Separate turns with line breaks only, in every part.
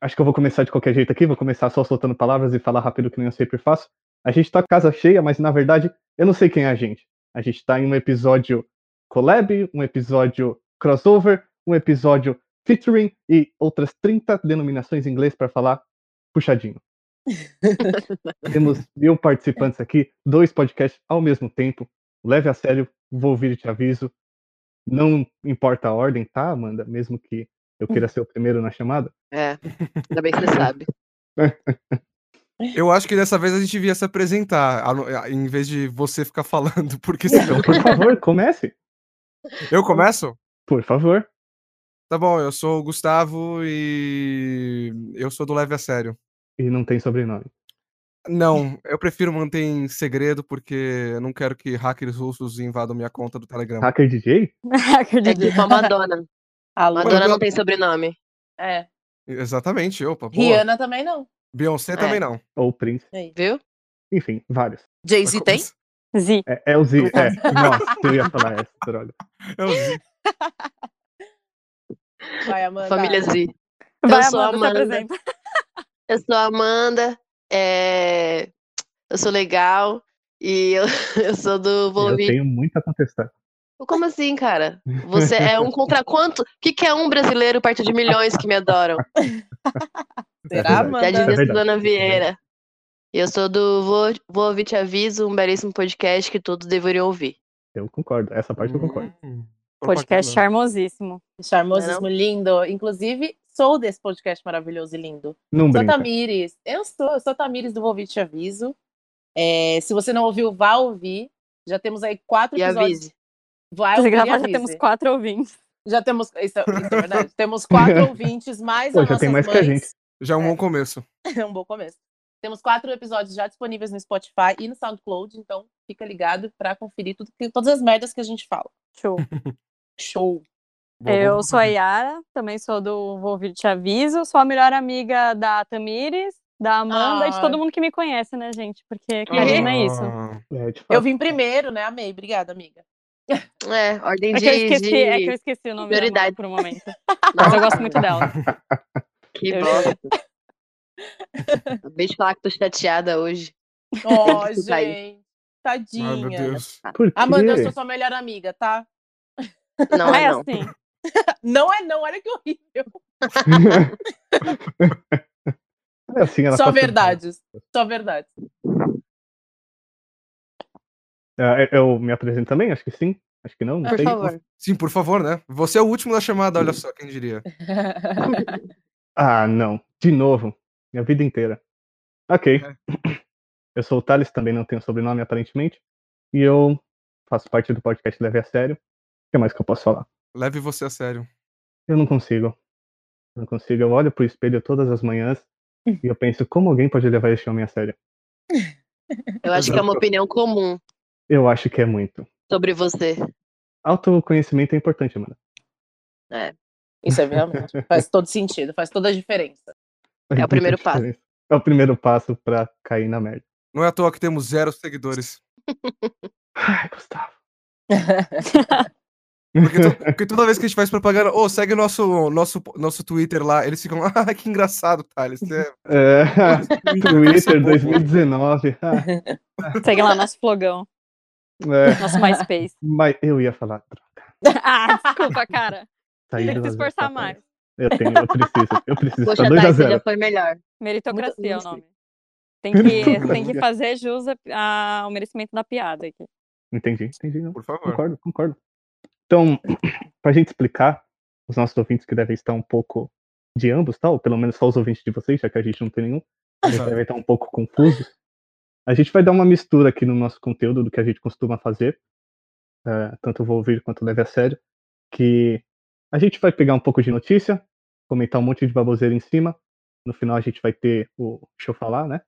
Acho que eu vou começar de qualquer jeito aqui, vou começar só soltando palavras e falar rápido que nem eu sempre faço. A gente tá casa cheia, mas na verdade eu não sei quem é a gente. A gente tá em um episódio collab, um episódio crossover, um episódio featuring e outras 30 denominações em inglês para falar puxadinho. Temos mil participantes aqui, dois podcasts ao mesmo tempo. Leve a sério, vou ouvir e te aviso. Não importa a ordem, tá, Amanda? Mesmo que eu queira ser o primeiro na chamada.
É, ainda bem que você sabe.
Eu acho que dessa vez a gente devia se apresentar, a- em vez de você ficar falando, porque senão.
Então, Por favor, comece.
Eu começo?
Por favor.
Tá bom, eu sou o Gustavo e. Eu sou do Leve a Sério.
E não tem sobrenome.
Não, eu prefiro manter em segredo porque eu não quero que hackers russos invadam minha conta do Telegram.
Hacker DJ?
É tipo a Madonna.
Alô?
Madonna não tem sobrenome.
É.
Exatamente, opa. Boa.
Rihanna também não.
Beyoncé
É.
também não.
Ou Prince.
É
Viu?
Enfim, vários.
Jay-Z tem?
Z.
É, é o Z.
Então,
É.
tá.
Nossa, eu ia falar essa, droga.
Eu vi.
Vai, Amanda.
Família Z.
Vai,
sou a
Amanda, se
Amanda.
apresenta.
Eu sou a Amanda, é, eu sou legal e eu, eu sou do
Eu
Volvi.
tenho muito a contestar.
Como assim, cara? Você é um contra quanto? O que, que é um brasileiro perto de milhões que me adoram?
Será,
É
Da
verdade.
Amanda?
É verdade.
Dona Vieira. E eu sou do Vou, Vou Ouvir Te Aviso, um belíssimo podcast que todos deveriam ouvir.
Eu concordo. Essa parte eu concordo.
Hum,
Podcast
propaganda.
charmosíssimo.
Charmosismo
Não
lindo. Inclusive, sou desse podcast maravilhoso e lindo.
Não
Sou
brinca.
Tamires. Eu sou, eu sou Tamires do Volvi Te Aviso. É, se você não ouviu, vá ouvir. Já temos aí quatro
E
episódios.
avise.
Vai
É
Se você
ouvir e
gravar, já
avise.
temos quatro ouvintes.
Já temos. Isso, isso é verdade. temos quatro ouvintes, mais
Pô,
as
já tem mais
nossas
que a
mães.
Já é um bom começo.
É um bom começo. Temos quatro episódios já disponíveis no Spotify e no SoundCloud, então fica ligado pra conferir tudo que, todas as merdas que a gente fala.
Show.
Show.
Boa,
Eu
boa
sou a
propaganda.
Yara, também sou do Vou Ouvir Te Aviso. Sou a melhor amiga da Tamires, da Amanda e de
Ah.
todo mundo que me conhece, né, gente? Porque querendo é isso.
Ah,
É, de fato.
Eu vim primeiro, né? Amei. Obrigada, amiga.
É, ordem
É
de.
que, eu esqueci,
de-
é que eu esqueci o nome da Amanda
prioridade.
por um momento. Mas eu gosto muito dela.
Que
Eu
bosta. Acabei de falar que tô chateada hoje.
Ó,
Tem que escutar
gente. Tadinha.
Ai, meu Deus.
Por quê?
Amanda, eu sou sua melhor amiga, tá?
Não é, não.
assim.
Não é não, olha que horrível.
É assim, ela
Só
faz tudo.
verdades. Só verdades.
Ah, eu eu me apresento também? Acho que sim. Acho que não, não
Por
sei.
favor.
Sim, por favor, né? Você é o último da chamada, olha só, quem diria.
Ah, não. De novo. Minha vida inteira. Ok.
É.
Eu sou o Thales, também não tenho sobrenome, aparentemente. E eu faço parte do podcast Leve a Sério. O que mais que eu posso falar?
Leve você a sério.
Eu não consigo. Eu não consigo. Eu olho pro espelho todas as manhãs e eu penso, como alguém pode levar este homem a sério?
Eu acho que é uma opinião comum
Eu acho que é muito.
sobre você.
Autoconhecimento é importante, mano.
Isso é realmente. Faz todo sentido, faz toda a diferença.
É o primeiro passo.
É o primeiro passo pra cair na merda.
Não é à toa que temos zero seguidores.
Ai, Gustavo.
Porque, to- porque toda vez que a gente faz propaganda, ô, segue nosso, nosso, nosso Twitter lá, eles ficam, ah, que engraçado, Thales. Você
É,
um
Twitter
bobo.
2019. Ah,
Segue lá nosso flogão,
é.
nosso MySpace.
Mas eu ia falar. droga, tá
ah, desculpa, cara.
saí
Tem que
do
se
Las Vegas
esforçar
pra
mais.
trás. Eu tenho, eu preciso. Eu preciso.
Poxa,
tá 2 a
Thais, você já
0
foi melhor.
Meritocracia é o
Muito-
nome. Tem que,
Meritocracia.
tem que fazer jus a- a- ao merecimento da piada aqui.
Entendi, entendi. Não.
Por favor.
Concordo, concordo. Então, pra gente explicar, os nossos ouvintes que devem estar um pouco de ambos, tal, pelo menos só os ouvintes de vocês, já que a gente não tem nenhum, eles
Exato.
devem estar um pouco confusos. A gente vai dar uma mistura aqui no nosso conteúdo do que a gente costuma fazer, eh, tanto vou ouvir quanto leve a sério, que a gente vai pegar um pouco de notícia, comentar um monte de baboseira em cima, no final a gente vai ter o Deixa eu falar, né?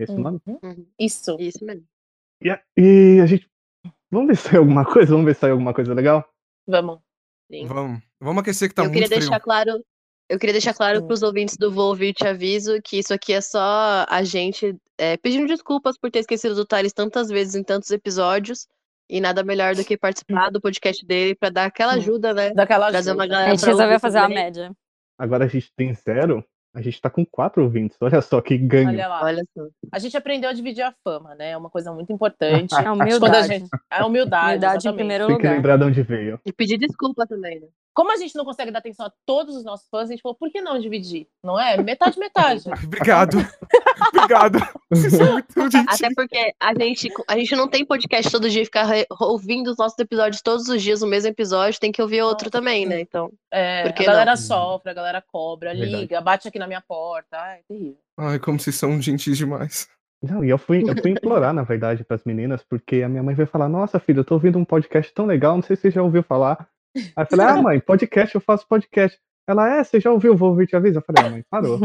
Esse o nome.
Uhum.
Isso.
Isso mesmo.
E a, e a gente. Vamos ver se sai alguma coisa, vamos ver se sai alguma coisa legal.
Vamos.
Sim.
Vamos, vamos aquecer que tá
eu
muito
queria
frio.
deixar claro, eu queria deixar claro
Sim.
para os ouvintes do Vou Ouvir Te Aviso que isso aqui é só a gente é, pedindo desculpas por ter esquecido do Thales tantas vezes em tantos episódios e nada melhor do que participar do podcast dele para dar aquela
Hum.
ajuda, né?
Daquela
Trazer uma
ajuda.
A
galera
gente
pra
resolveu
ouvir
fazer uma
também.
média.
Agora a gente tem zero A gente tá com quatro ouvintes. Olha só que ganho.
Olha lá.
Olha só.
A gente aprendeu a dividir a fama, né? É uma coisa muito importante.
É humildade.
Quando a gente... A humildade,
Humildade em
exatamente.
primeiro
Tem que
lugar.
lembrar de onde veio.
E pedir desculpa também, né?
Como a gente não consegue dar atenção a todos os nossos fãs, a gente falou, por que não dividir? Não é? Metade, metade.
Obrigado. Obrigado. Vocês são muito
Até
gentis.
porque a gente, a gente não tem podcast todo dia, ficar re- ouvindo os nossos episódios todos os dias, o mesmo episódio, tem que ouvir outro também, né? Então,
É,
Por que
a galera sofre, a galera cobra,
Verdade.
liga, bate aqui na minha porta. Ai, é terrível.
Ai, como vocês são gentis demais.
Não, e eu fui, eu fui implorar, na verdade, pras meninas, porque a minha mãe veio falar: Nossa, filha, eu tô ouvindo um podcast tão legal, não sei se você já ouviu falar. Aí eu falei: Ah, mãe, podcast, eu faço podcast. Ela: É, você já ouviu, vou ouvir, te avisa. Eu falei: Ah, mãe, parou.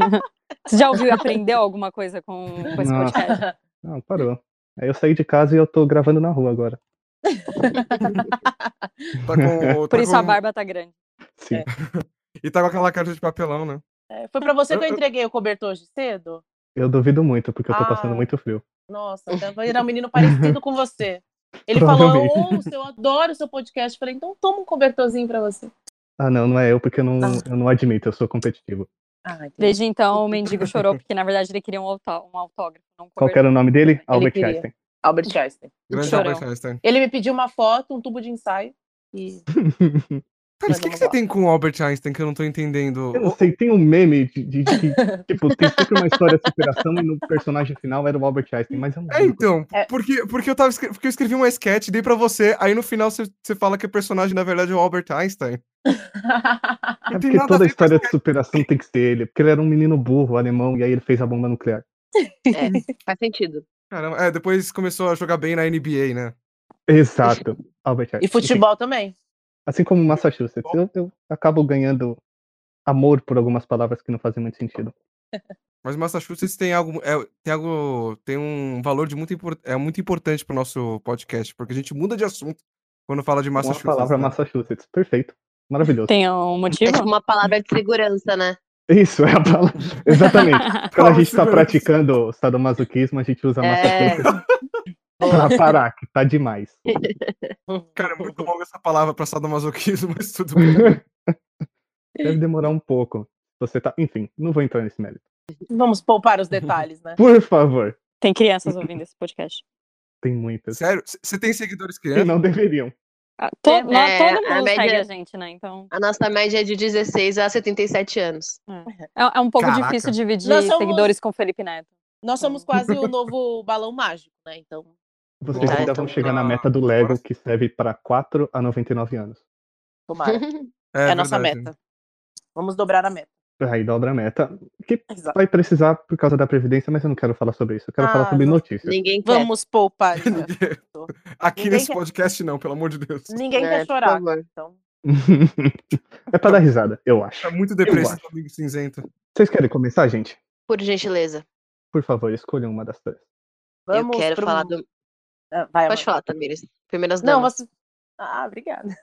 Você já ouviu e aprendeu alguma coisa com, com esse
Nossa.
podcast?
Não, parou. Aí eu saí de casa e eu tô gravando na rua agora.
Tá com, tá
Por isso
com-
a barba tá grande.
Sim.
É.
E tá com aquela cara de papelão, né?
É, foi pra você que eu
Eu- eu-
entreguei o cobertor hoje cedo?
Eu duvido muito, porque eu tô passando
Ah.
muito frio.
Nossa, então era um menino parecido com você. Ele falou, eu
Provavelmente.
ouço, eu adoro o seu podcast. Eu falei, então toma um cobertorzinho pra você.
Ah, não, não é eu, porque eu não, eu não admito, eu sou competitivo.
Ah, entendi.
Desde então, o mendigo chorou, porque na verdade ele queria um, autó- um autógrafo. Não um
Qual que era o nome dele? Albert
queria.
Einstein.
Albert Einstein.
Grande
Chorão.
Albert Einstein.
Ele me pediu uma foto, um tubo de ensaio. E...
Cara,
Mas
o que, que
vamos
você
lá.
tem com o Albert Einstein que eu não tô entendendo?
Eu não sei, tem um meme de, de- de que, tipo, tem sempre uma história de superação e no personagem final era o Albert Einstein, mas eu não
É,
lembro.
então,
É.
porque, porque, eu tava, escre- porque eu escrevi um sketch, dei pra você, aí no final você, você fala que o personagem, na verdade, é o Albert Einstein.
É
Não tem
porque
nada
toda
a
a
ver com
história de superação tem que ser ele, porque ele era um menino burro, alemão, e aí ele fez a bomba nuclear.
é, faz sentido.
Caramba, é, depois começou a jogar bem na NBA, né?
Exato, Albert Einstein.
E futebol também.
Assim como Massachusetts, eu, eu acabo ganhando amor por algumas palavras que não fazem muito sentido.
Mas Massachusetts tem algo, é, tem algo, tem um valor de muito, impor- é muito importante pro nosso podcast, porque a gente muda de assunto quando fala de
Uma
Massachusetts.
palavra
né?
Massachusetts, perfeito, maravilhoso.
Tem um
É
motivo?
tipo uma palavra de segurança, né?
Isso, é a palavra, exatamente. Quando a gente tá
Nossa,
praticando sadomasoquismo, a gente usa
É.
Massachusetts pra parar, que tá demais.
Cara, é muito longa essa palavra pra sadomasoquismo, mas tudo bem.
Deve demorar um pouco. Você tá, enfim, não vou entrar nesse mérito.
Vamos poupar os detalhes, né?
Por favor,
Tem crianças ouvindo esse podcast.
tem muitas
Sério? C- Você tem seguidores é?
que
crianças?
não deveriam.
Ah, to-
É,
nó- todo
a
mundo
média-
segue a gente, né? Então
A nossa média é de 16 a 77 anos.
é, é um pouco
Caraca.
difícil dividir
Nós somos-
seguidores com Felipe Neto.
Nós somos quase o novo balão mágico, né? Então,
Vocês
Ah,
ainda
então
vão chegar na
tá.
meta do Lego,
Agora-
que serve para 4 a 99 anos.
tomara. É, a nossa
verdade.
meta. Vamos dobrar a meta.
Aí dobra a meta. Que
Exato.
vai precisar por causa da Previdência, mas eu não quero falar sobre isso. Eu quero
Ah,
falar sobre
não.
notícias.
Ninguém quer.
Vamos poupar. isso.
Aqui
Ninguém
nesse
quer-
podcast não, pelo amor de Deus.
Ninguém
É,
quer
por
chorar.
favor.
Então,
é pra dar risada, eu acho.
Tá muito depressa
acho.
esse domingo cinzento.
Vocês querem começar, gente?
Por gentileza.
Por favor, escolham uma das três.
vamos
eu quero
pro-
falar do.
Ah, Vai,
Pode
Amanda.
falar, Tamires. Primeiras
Não,
damas.
você... Ah, obrigada.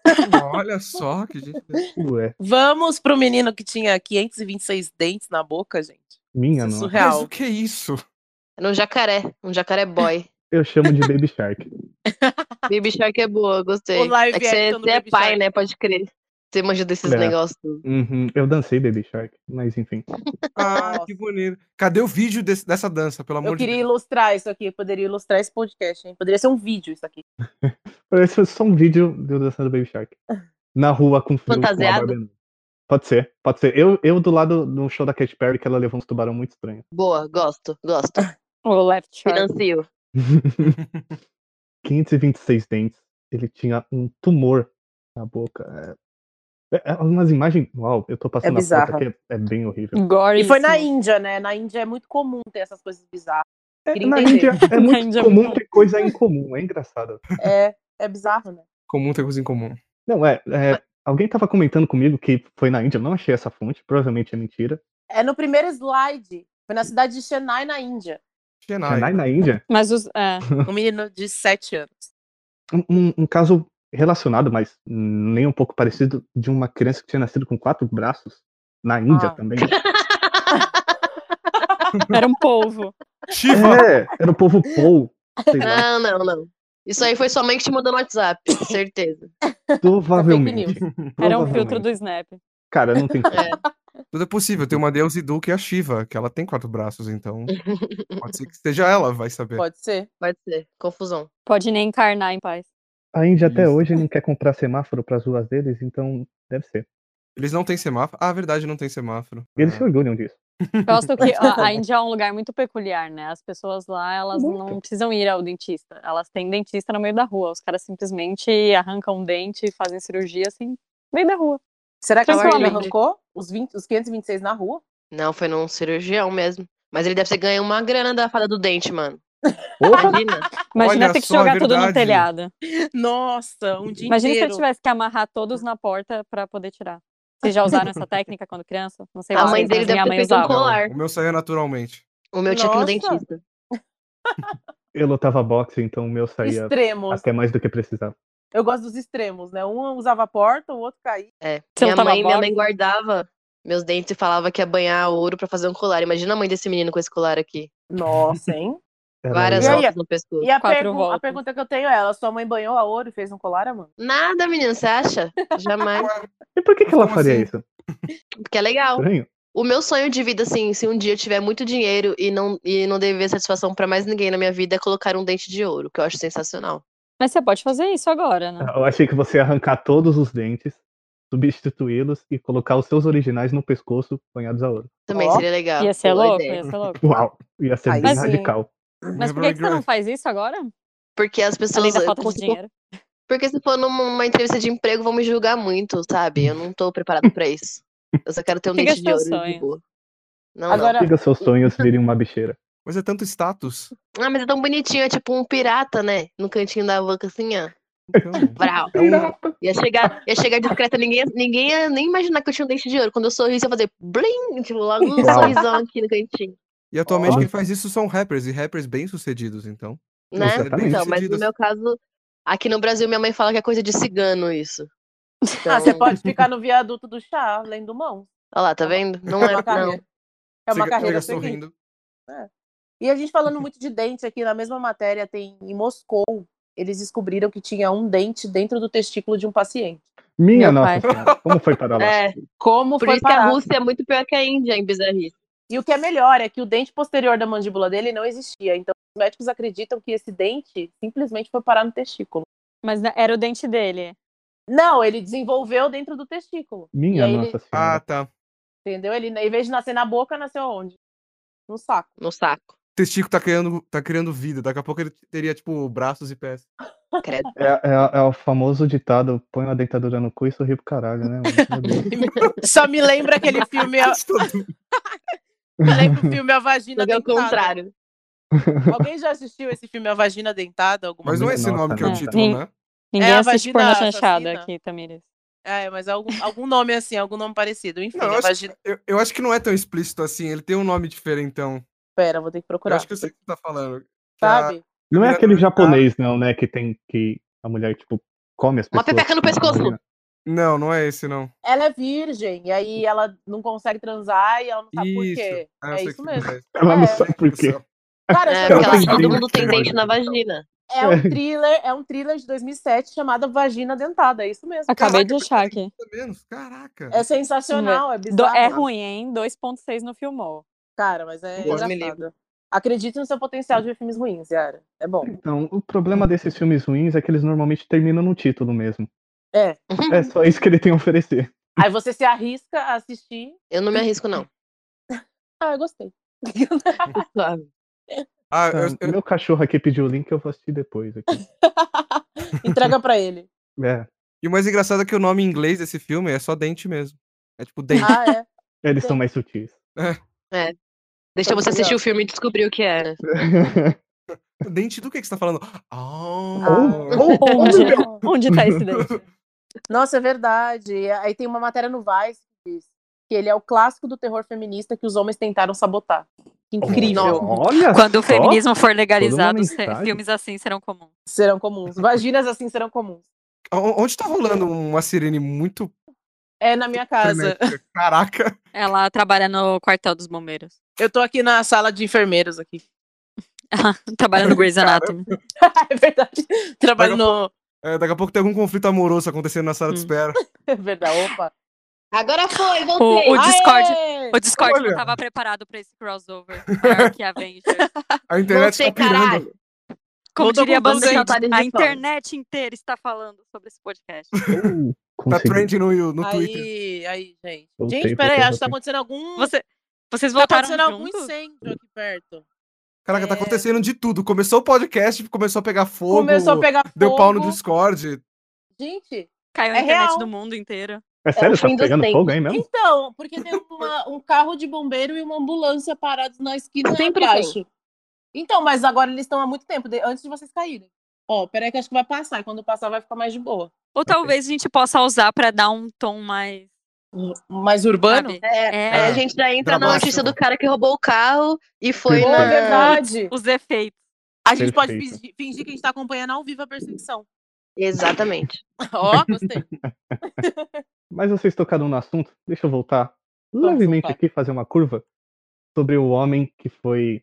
Olha só que gente.
Ué,
Vamos pro menino que tinha 526 dentes na boca, gente.
minha
Isso é
não.
Mas
surreal.
o que é isso?
Era um jacaré. Um jacaré boy.
Eu chamo de Baby Shark.
Baby Shark é boa, gostei.
O live
é que você,
action do
você é
Baby
pai,
Shark.
né? Pode crer. Você manja desses
É.
negócios. tudo.
Uhum, eu dancei Baby Shark, mas enfim.
Ah,
Nossa.
que bonito. Cadê o vídeo desse- dessa dança, pelo amor
Eu queria
de Deus?
ilustrar isso aqui, eu poderia ilustrar esse podcast, hein? Poderia ser um vídeo isso aqui.
Parece só um vídeo de eu dançando Baby Shark. Na rua com frio, com a
Fantasiado?
barba enorme. Pode ser, pode ser. Eu, eu do lado do show da Katy Perry, que ela levou uns tubarão muito estranho.
Boa, gosto, gosto.
O Left Shark.
Financio.
526 dentes. Ele tinha um tumor na boca. É, é- é umas imagens. Uau, eu tô passando a foto
bizarro.
aqui, é, é bem horrível.
Gore.
E foi na
sim.
Índia, né? Na Índia é muito comum ter essas coisas bizarras.
É,
Queria
na
entender.
Índia é
Na
muito
Índia é
comum
muito
ter coisa incomum, é engraçado.
É, é bizarro, né?
Comum tem coisa em comum.
Não, é.
Ah.
é, alguém tava comentando comigo que foi na Índia, eu não achei essa fonte, provavelmente é mentira.
É no primeiro slide. Foi na cidade de Chennai, na Índia.
Chennai.
Chennai, é, na Índia?
Mas os. é.
Um menino de 7 anos.
um- um, um caso relacionado, mas nem um pouco parecido, de uma criança que tinha nascido com quatro braços na Índia
Ah.
também.
Era um polvo.
Shiva.
É, era o povo Pou, sei lá,
Não, não, não. Isso aí foi sua mãe que te mandou no WhatsApp, certeza.
provavelmente.
É Era um filtro do Snap.
Cara, não tem como.
É.
Tudo é possível. Tem uma deusa Hindu que é a Shiva, que ela tem quatro braços, então pode ser que seja ela, vai saber.
Pode ser.
Vai ser. Confusão.
Pode nem encarnar em paz.
A Índia até
Isso.
hoje não quer comprar semáforo para as ruas deles, então deve ser.
Eles não têm semáforo. Ah, verdade, não tem semáforo.
E eles
Ah.
se orgulham disso.
Gosto que a a Índia é um lugar muito peculiar, né? As pessoas lá, elas não precisam ir ao dentista. Elas têm dentista no meio da rua. Os caras simplesmente arrancam um dente e fazem cirurgia assim, no meio da rua.
Será
Tá
que esse homem
valendo.
arrancou os, 20, os 526 na rua?
Não, foi num cirurgião mesmo. Mas ele deve ter ganho uma grana da fada do dente, mano.
Porra,
Imagina.
Imagina
Olha
ter que
só, é
jogar tudo no
verdade.
telhado.
Nossa, um dia
Imagina se
inteiro.
eu tivesse que amarrar todos na porta pra poder tirar. Vocês já usaram essa técnica quando criança? Não sei
A
vocês,
mãe dele
mas
deve
minha
ter
mãe
feito um
usava.
colo- Colar.
O meu saía naturalmente.
O meu tinha que ir no
Nossa.
dentista.
eu lutava boxe, então o meu saía
Extremos.
até mais do que precisava.
Eu gosto dos extremos, né? Um usava a porta, o outro caía.
É.
Você
minha,
lutava
mãe, minha
boxe?
mãe guardava meus dentes e falava que ia banhar ouro pra fazer um colar. Imagina a mãe desse menino com esse colar aqui.
Nossa, hein?
Era
Várias
eu.
E aí,
voltas no pescoço.
E a,
Quatro
pergu- a
voltas.
pergunta que eu tenho é: ela, sua mãe banhou a ouro e fez um colar, mano?
Nada, menino, você acha? Jamais.
E por que, que ela
Como
faria
assim?
isso?
Porque é legal.
Estranho.
O meu sonho de vida, assim, se um dia eu tiver muito dinheiro e não, e não dever satisfação pra mais ninguém na minha vida, é colocar um dente de ouro, que eu acho sensacional.
Mas você pode fazer isso agora, né?
Eu achei que você ia arrancar todos os dentes, substituí-los e colocar os seus originais no pescoço, banhados a ouro.
Também
Ó.
seria legal.
Ia ser
Ah, Boa
louco,
ideia.
ia ser louco.
Uau! Ia ser
Aí
bem
sim.
radical.
Mas por que, que você não faz isso agora?
Porque as pessoas.
Além da falta de
porque-
dinheiro.
Porque se for numa numa entrevista de emprego, vão me julgar muito, sabe? Eu não tô preparada pra isso. Eu só quero ter um
Siga
dente de ouro
seus
de
sonhos.
boa. Não, não.
Agora,
Siga seus sonhos, virem uma bicheira.
Mas é tanto status.
Ah, mas é tão bonitinho, é tipo um pirata, né? No cantinho da boca, assim, ó.
Então,
Brau.
Pirata!
Ia chegar, ia chegar discreta, ninguém, ia- ninguém ia nem imaginar que eu tinha um dente de ouro. Quando eu sorrisse, eu ia fazer blim, tipo, logo um
Uau.
sorrisão aqui no cantinho.
e atualmente
Ó.
quem faz isso são rappers, e rappers bem-sucedidos, então.
Né?
Exatamente.
Então, mas no
Bem-sucedidos.
meu caso, aqui no Brasil, minha mãe fala que é coisa de cigano isso.
ah, você
Então,
pode ficar no viaduto do chá, lendo mão.
Olha lá, tá vendo? Não é,
uma
não.
carreira. É uma
Chega-
carreira
chega
seguinte.
sorrindo.
E a gente falando muito de dente aqui, na mesma matéria tem em Moscou, eles descobriram que tinha um dente dentro do testículo de um paciente.
Minha
Meu
nossa
pai.
senhora, como foi para lá?
É,
Como
por
foi
isso que a
parar?
Rússia é muito pior que a Índia em bizarrice.
E o que é melhor é que o dente posterior da mandíbula dele não existia. Então, os médicos acreditam que esse dente simplesmente foi parar no testículo.
Mas era o dente
É
dele.
Não, ele desenvolveu dentro do testículo.
Minha
E aí
nossa
Ah,
senhora.
tá.
Entendeu? Ele, em vez de nascer na boca, nasceu onde? No saco.
No saco.
O testículo tá criando, tá criando vida. Daqui a pouco ele teria, tipo, braços e pés.
Credo.
É, é- é o famoso ditado: põe uma dentadura no cu e sorri pro caralho, né? mano? Meu Deus.
Só me lembra aquele filme. Me lembra o filme A Vagina
Porque é o
Dentada.
contrário.
Alguém já assistiu esse filme A Vagina Dentada? Alguma
Mas não é esse
Nossa,
nome que é o
né?
título, né?
Ninguém
É a
assiste
vagina
porno chanchada
assassina.
aqui, Tamires.
É, mas algum, algum nome assim, algum nome parecido. Enfim,
Não, eu
a
acho-
vagina.
Eu, eu acho que não é tão explícito assim. Ele tem um nome diferentão.
Pera, vou ter que
Eu
procurar.
acho que eu sei o que você tá falando. Que a-
Sabe?
Não é
Primeira
aquele
coisa, tá?
japonês, não, né? Que tem que a mulher, tipo, come as
Uma
pessoas.
pepeca no pescoço.
Imagina.
Não, não é esse, não.
Ela é virgem, e aí ela não consegue transar e ela não sabe por
Isso.
quê.
Ah, eu
é
sei
isso
que
mesmo.
é esse.
Ela não
É.
sabe por quê.
Cara,
É,
eu
Ela
porque
sei
ela-
tem
lá,
todo
dente.
mundo tem dente na vagina.
um, é um thriller, é um thriller de 2007 chamado Vagina Dentada, é isso mesmo.
Acabei
Caraca,
de achar aqui.
Pelo menos, caraca.
É sensacional, é
Do-
bizarro.
é ruim, hein? 2.6 no filmou.
Cara, mas é
Deus me
engraçado. Acredite no seu potencial de ver filmes ruins, Yara. É bom.
Então, o problema desses filmes ruins é que eles normalmente terminam no título mesmo.
É.
Uhum.
É só isso que ele tem a oferecer.
Aí você se arrisca a assistir.
Eu não me arrisco, não.
Ah, eu gostei.
Ah, eu-
Então,
eu-
Meu cachorro aqui pediu o link, eu vou assistir depois. Aqui.
Entrega pra ele.
É,
E o mais engraçado é que o nome em inglês desse filme é só dente mesmo. É tipo dente.
Ah, é.
eles
Então
são mais sutis.
Deixa você assistir o filme e descobrir o que é. né?
Ah. Dente do que, que você tá falando? Ah,
Ou- ou-
Onde, onde tá esse dente?
É Nossa, é verdade. E Aí tem uma matéria no Vice que diz que ele é o clássico do terror feminista que os homens tentaram sabotar. Que incrível.
oh, Olha
Quando o
só.
feminismo for
legalizado,
legalizado,
se- mensagem. filmes
filmes assim serão comuns.
Serão comuns. Vaginas assim serão comuns.
o- onde tá rolando uma sirene muito
É na minha casa.
frenética? Caraca.
Ela É trabalha no quartel dos bombeiros.
Eu tô aqui na sala de enfermeiros aqui.
Ela trabalha no Grey's Anatomy.
é verdade. Trabalho no.
É, daqui a pouco tem algum conflito amoroso acontecendo na sala de
Hum.
espera.
É verdade. Opa.
Agora foi, voltei.
O, o Discord,
Aê!
o Discord
Olha.
não tava preparado pra esse crossover maior que Avengers.
A internet
Voltei,
tá pirando.
caralho.
Como
Voltou
diria
com todos os
Bandeira,
detalhes de
a
fora.
internet inteira está falando sobre esse podcast.
Uh,
Tá
consegui.
trend no, no Twitter.
Aí, aí, gente.
Voltei,
gente, peraí,
voltei,
acho que
voltei.
tá acontecendo algum.
Você- vocês
tá
voltaram
acontecendo algum
juntos?
incêndio aqui perto.
Caraca, tá
É.
acontecendo de tudo. Começou o podcast, começou a pegar fogo.
Começou a pegar fogo.
Deu pau no Discord.
Gente,
Caiu a
É
internet
real.
do mundo inteiro.
É sério,
o
tá
fim dos
pegando
tempos.
fogo aí mesmo?
então, porque tem uma- um carro de bombeiro e uma ambulância parados na esquina
Sempre
abaixo. Então, mas agora eles estão há muito tempo, de- antes de vocês caírem. Ó, peraí que acho que vai passar, e quando passar vai ficar mais de boa.
Ou talvez a gente possa usar pra dar um tom mais.
Mais urbano?
sabe?
É,
É,
aí a gente já entra na
dramático.
notícia do cara que roubou o carro e foi
Pô,
Perfeito.
na.
é verdade.
os efeitos.
A gente pode
Perfeito.
fingir, fingir que a gente tá acompanhando ao vivo a perseguição.
Exatamente.
Ó, gostei.
Mas vocês tocaram no assunto, deixa eu voltar levemente
voltar.
aqui, fazer uma curva sobre o homem que foi.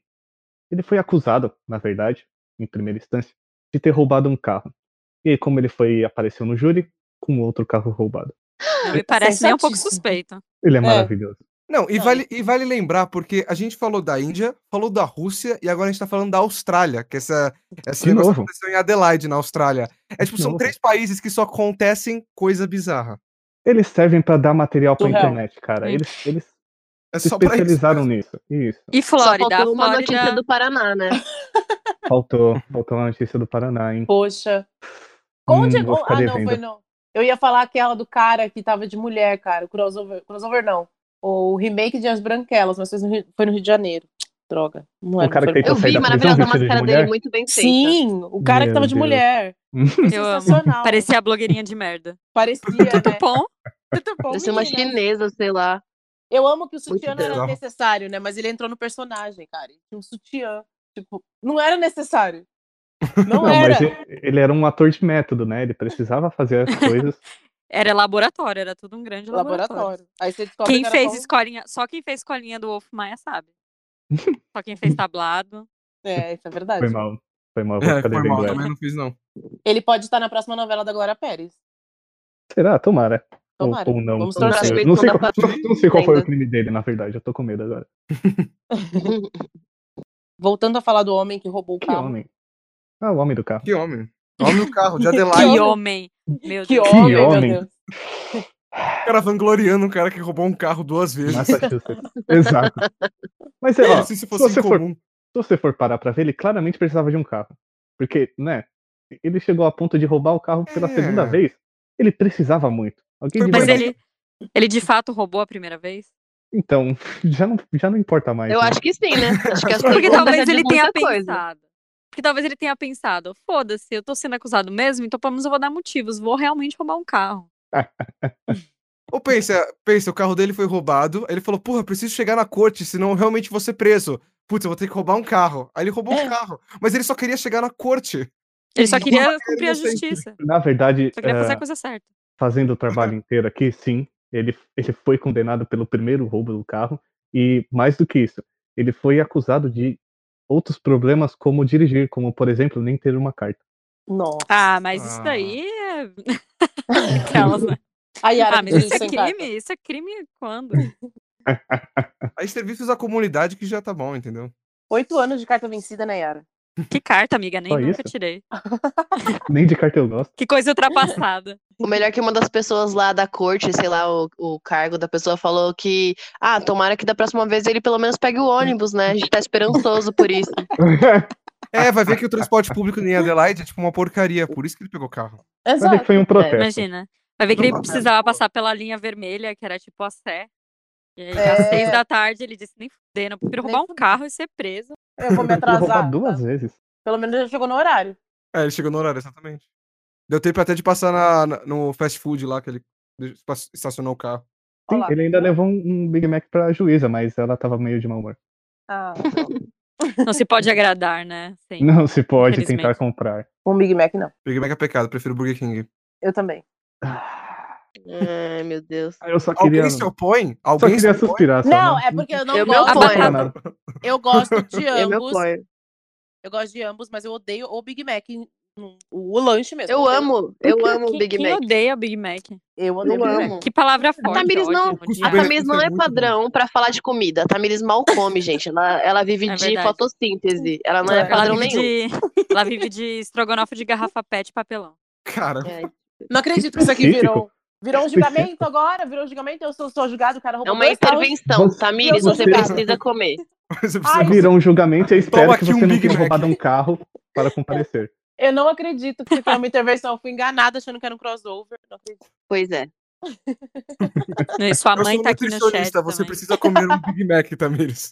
Ele foi acusado, na verdade, em primeira instância, de ter roubado um carro. E aí, como ele foi apareceu no júri, com outro carro roubado.
Não me parece nem um pouco
Sensatíssimo.
suspeito.
Ele é,
É.
maravilhoso.
Não, e
Não.
vale, e vale lembrar, porque a gente falou da Índia, falou da Rússia e agora a gente tá falando da Austrália, que essa, essa
De
negócio
novo.
aconteceu em Adelaide, na Austrália. É tipo,
De
são
novo.
três países que só acontecem coisa bizarra.
Eles servem pra dar material pra
Surreal.
internet, cara.
Hum.
Eles, eles
É
se
só pra isso.
especializaram nisso. Isso.
E Flórida,
Só faltou uma
a
notícia
Flórida.
do Paraná, né?
É. Uhum.
Faltou, faltou a notícia do Paraná, hein?
Poxa. Onde
Hum, vou ficar
Ah, não,
devendo.
foi não. Eu ia falar aquela do cara que tava de mulher, cara. O crossover. Crossover não. O remake de As Branquelas, mas foi no Rio, foi no Rio de Janeiro. Droga. Não era,
O cara
não foi
que
no-
Eu
Então, sair
vi
da prisão
maravilhosa a
vestido de
máscara
mulher?
dele, muito bem feita.
Sim, o cara que
Meu
tava de
Deus.
mulher. Foi
Eu amo.
sensacional.
Parecia a blogueirinha de merda.
Parecia, né?
Bom,
Muito bom,
Parecia uma
menina.
chinesa, sei lá.
Eu amo que o sutiã
Muito
não era
legal.
necessário, né? Mas ele entrou no personagem, cara. Ele tinha um sutiã. Tipo, não era necessário. Não,
Não,
era.
mas ele, ele era um ator de método, né? Ele precisava fazer as coisas.
era laboratório, era tudo um grande laboratório.
Laboratório. Aí você descobre
Quem
que era
fez
só um-
escolinha, só quem fez escolinha do Wolf Maia sabe. Só quem fez tablado.
É, isso é verdade.
Foi mal. Foi mal, vou
É,
ficar
foi mal,
devendo ela.
também não fiz, não.
Ele pode estar na próxima novela da Glória Pérez.
Será? Tomara. Ou-
Tomara.
Ou, não.
Vamos
não
torcer.
sei, não sei
Respeito
qual,
da
não- não sei qual foi o
Entendo.
crime dele, na verdade. Eu tô com medo agora.
Voltando a falar do homem que roubou o
Que
carro.
homem. Ah, o homem do carro.
Que homem. Homem o carro, de Adelaide.
Que
homem.
homem! Meu
Que
Deus.
homem,
Que
meu
homem.
Deus.
O cara vangloriando um cara que roubou um carro duas vezes.
Massachusetts. Exato. Mas é, ó,
Como se isso fosse
você for-
incomum.
se você for parar pra ver, ele claramente precisava de um carro. Porque, né? Ele chegou a ponto de roubar o carro pela
É.
segunda vez. Ele precisava muito. Alguém
Foi-
devia
Mas
dar-
ele, ele de fato roubou a primeira vez?
Então, já não, já não importa mais.
Eu
né?
acho que sim, né? Acho que as
Porque
coisas
talvez
acontecem
ele tenha
muita coisa.
pensado. Porque talvez ele tenha pensado, foda-se, eu tô sendo acusado mesmo, então pelo menos eu vou dar motivos, vou realmente roubar um carro.
Ou pensa, pensa, o carro dele foi roubado. Aí ele falou, porra, preciso chegar na corte, senão eu realmente vou ser preso. Putz, eu vou ter que roubar um carro. Aí ele roubou
É.
um carro. Mas ele só queria chegar na corte.
Ele só
Sim.
queria
Roubar
cumprir a
inocente.
justiça.
Na verdade,
Só queria
eh,
É.
fazer a coisa certa.
fazendo o trabalho inteiro aqui, sim, ele, ele foi condenado pelo primeiro roubo do carro e mais do que isso, ele foi acusado de outros problemas como dirigir, como por exemplo nem ter uma carta.
Nossa.
Ah, mas isso
Ah.
daí é. Aquelas, né?
A Yara
Ah,
que
mas isso
dirigiu
é
sem carta.
crime? Isso é crime quando?
Aí serviços à comunidade que já tá bom, entendeu?
Oito anos de carta vencida, né, Yara?
Que carta, amiga? Nem
Só
nunca
isso?
tirei.
Nem de carta eu gosto.
Que coisa ultrapassada.
O melhor é que uma das pessoas lá da corte, sei lá, o, o cargo da pessoa falou que, ah, tomara que da próxima vez ele pelo menos pegue o ônibus, né? A gente tá esperançoso por isso.
É, vai ver que o transporte público em Adelaide é tipo uma porcaria. Por isso que ele pegou o carro.
Mas é que foi um protesto.
Imagina. Vai ver que ele
Não,
precisava
mas-
passar pela linha vermelha, que era tipo a Sé. E aí,
É.
às seis da tarde, ele disse: nem fudendo, eu prefiro
Nem
roubar um
fudendo.
carro e ser preso.
Eu vou me
Ele podia roubar
atrasar.
duas
tá?
vezes.
Pelo menos já chegou no horário.
É, ele chegou no horário, exatamente. Deu tempo até de passar na- na- no fast food lá que ele espa- estacionou o carro.
Sim,
Olá.
ele ainda levou um, um Big Mac pra juíza, mas ela tava meio de mau humor.
Ah,
Não se pode agradar, né? Sim.
Não se pode
Infelizmente.
tentar comprar.
um Big Mac, não.
Big Mac é pecado, prefiro Burger King.
Eu também.
Ai, meu Deus.
Ah, Eu só queria,
Alguém se
só
opõe? Alguém
queria
se opõe?
suspirar. Só,
Não, é porque eu não
Eu me
gosto.
oponho.
pra nada.
Eu gosto de
É meu
ambos.
pai.
Eu gosto de ambos, mas eu odeio o Big Mac O, o lanche mesmo.
Eu amo, eu
Quem-
amo o
quem-
Big
quem
Mac.
odeia Big Mac?
Eu
Eu
odeio Big Mac.
amo.
Que palavra forte.
Tamires não-
ótimo,
Custo
A
odiar.
Tamires não
benefício é
é
muito
padrão pra falar de comida. A Tamires mal come, gente. Ela, ela vive
É
de
verdade.
fotossíntese. Ela não é,
É.
padrão
Ela
nenhum.
vive, de, ela vive de estrogonofe de garrafa pet e papelão.
Cara,
É.
Não acredito que isso aqui
Específico.
virou, virou um julgamento agora, virou um julgamento, eu sou, sou julgado, o cara
É
roubou
uma
dois carros.
intervenção.
Você-
Tamires, você
você-
precisa comer.
você
Ai,
precisa...
Virou um julgamento e eu espero
Toma
que você
aqui um
não
Big
tenha
Mac.
roubado um carro para comparecer.
Eu não acredito que isso foi uma intervenção, eu fui enganada achando que era um crossover. Não acredito.
Pois é.
E sua
Eu
mãe
sou um
tá aqui no chat.
nutricionista, você
também.
precisa comer um Big Mac, Tamires.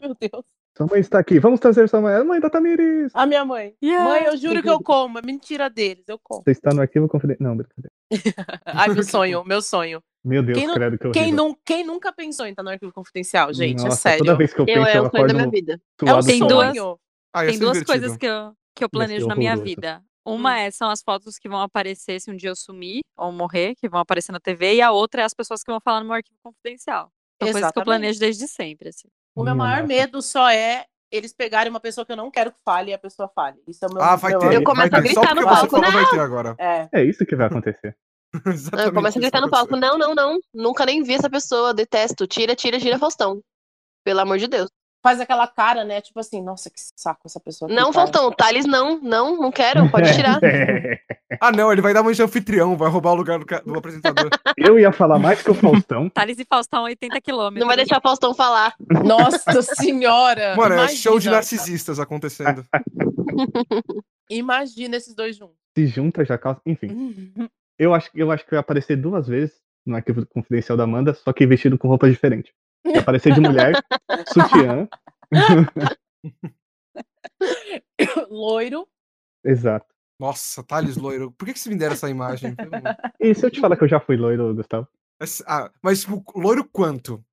Meu Deus.
Sua mãe está aqui. Vamos trazer sua mãe. A mãe da Tamiris.
A minha mãe.
Yeah.
Mãe, eu juro que eu como, é mentira deles, eu como.
Você está no arquivo confidencial. Não, brincadeira.
Ai, meu sonho, meu sonho.
Meu Deus,
Quem nu-
credo que eu
Quem, nun- quem nunca pensou em estar no arquivo confidencial, gente? é
Nossa,
sério.
Toda vez que eu
Eu,
penso,
é
eu
o sonho da
acordo
minha vida.
É um
suado.
Tem
suor.
duas-
sonho.
Ah, ia
Tem
ser
duas
divertido.
coisas que eu, que eu
ser
planejo na minha
horroroso.
vida. Uma é, são as fotos que vão aparecer se um dia eu sumir ou morrer, que vão aparecer na TV, e a outra é as pessoas que vão falar no meu arquivo confidencial. São coisas que eu
Exatamente.
planejo desde sempre. assim.
Hum.
O meu
Minha
maior
Hum, nossa.
medo só é eles pegarem uma pessoa que eu não quero que fale e a pessoa fale. Isso é o meu
Ah, vai
meu-
ter.
Eu começo
vai
a
ter.
gritar
Só
no
porque você
palco, né?
falou, vai ter agora.
É.
É isso que vai acontecer.
Eu
Tá
Exatamente
começo Ah, a
isso
gritar no
vai
palco: não, não, não. Nunca nem vi essa pessoa. Detesto. Tira, tira, tira, Faustão. Pelo amor de Deus.
Faz aquela cara, né? Tipo assim, nossa, que saco essa pessoa. aqui,
Tá.
Não,
cara.
Faustão. Thales, não. Não, não quero. Pode tirar.
É,
né?
acontecer. Ah, não, ele vai dar uma de anfitrião, vai roubar o lugar do, ca- do apresentador.
eu ia falar mais que o Faustão.
Thales e Faustão, 80 quilômetros.
Não vai deixar o Faustão falar.
Nossa senhora!
Mano, é
imagina.
show de narcisistas acontecendo.
Imagina esses dois juntos.
Se junta, já causa. Enfim,
Uhum.
eu acho, eu acho que vai aparecer duas vezes no arquivo confidencial da Amanda, só que vestido com roupa diferente. Vai aparecer de mulher, sutiã.
Loiro.
Exato.
Nossa, Thales loiro. Por que, que você me deram essa imagem? Pelo amor.
E se eu te falar que eu já fui loiro, Gustavo?
Essa- ah, mas tipo, loiro quanto?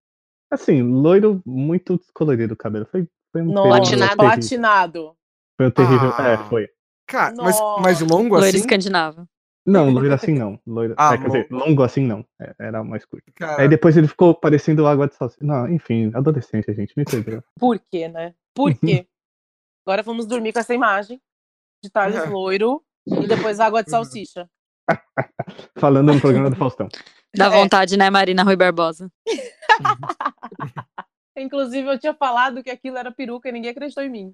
Assim, loiro muito descolorido o cabelo. Foi, foi um
Nossa,
terrível. terrível.
Platinado.
platinado.
Foi um terrível.
Ah.
É, foi.
Cara, mas,
Nossa.
mas longo
Loiro
assim?
escandinavo.
Não, loiro assim não. Loiro,
Ah,
é, quer dizer, longo assim não. É, era mais curto.
Cara,
Ah.
Aí depois ele ficou parecendo água de salsicha. Não, enfim, adolescente, gente. Me perdoa.
Por quê, né? Por quê? Agora vamos dormir com essa imagem de Thales
É.
loiro e depois água de salsicha.
Falando no programa do Faustão.
Dá
É.
vontade, né, Marina Rui Barbosa?
Inclusive, eu tinha falado que aquilo era peruca e ninguém acreditou em mim.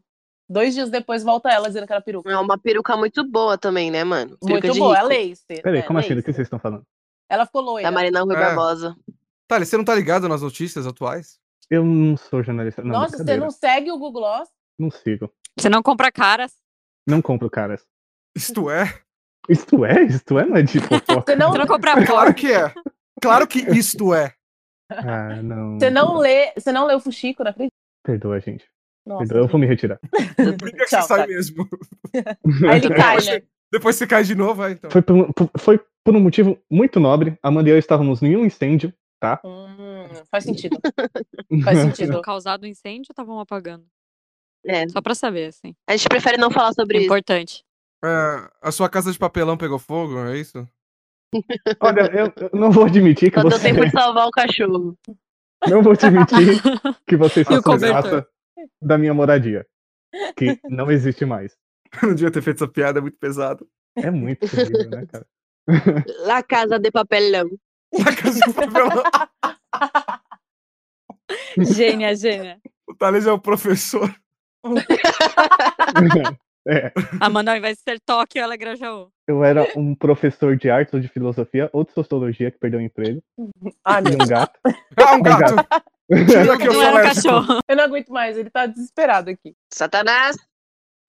Dois dias depois volta ela dizendo que era peruca.
É uma peruca muito boa também, né, mano? Peruca
Muito
de
boa, é
rico.
lace.
Peraí,
né?
como assim? Do que
Lace.
vocês estão falando?
Ela ficou loira.
Da Marina Rui
É.
Barbosa.
Thales, você não tá ligado nas notícias atuais?
Eu não sou jornalista. Não,
Nossa, você
brincadeira.
não segue o Google Gloss?
Não sigo.
Você não compra caras.
Não compro caras.
Isto é?
Isto é? Isto é? Não é de fofoca.
Você não,
Você não compra porco.
Claro que é. Claro que isto é.
Ah, não.
você não lê, você não lê o Fuxico, não acredito.
Perdoa, gente.
Nossa,
Perdoa. Então Eu vou me retirar.
Por que que
Tchau,
você sai
Thales.
mesmo?
Aí ele cai, né?
Depois você cai de novo, vai então.
Foi por, um- por- foi por um motivo muito nobre. Amanda e eu estávamos em um incêndio.
Hum, faz sentido. Faz sentido.
Causado incêndio, estavam apagando.
É.
Só pra saber, assim.
A gente prefere não falar sobre isso.
Importante.
É, a sua casa de papelão pegou fogo, é isso?
Olha, eu, eu não vou admitir que
Só deu
você.
tempo de salvar o cachorro.
Não vou admitir que vocês
E o
façam
cobertor?
graça da minha moradia. Que não existe mais.
Eu não devia ter feito essa piada, é muito pesado.
É muito terrível, né, cara?
La Casa de Papelão.
A casa de papelão.
Gênia, gênia.
O Thales é o professor.
Amanda, ao invés de ser Tóquio, ela é Grajaú.
É. Eu era um professor de artes ou de filosofia ou de sociologia que perdeu o emprego.
Ai, Ah, meu
E um gato.
Ah, um gato. Tira que eu
Não
sou
era um
alérgico.
cachorro.
Eu não aguento mais, ele tá desesperado aqui.
Satanás.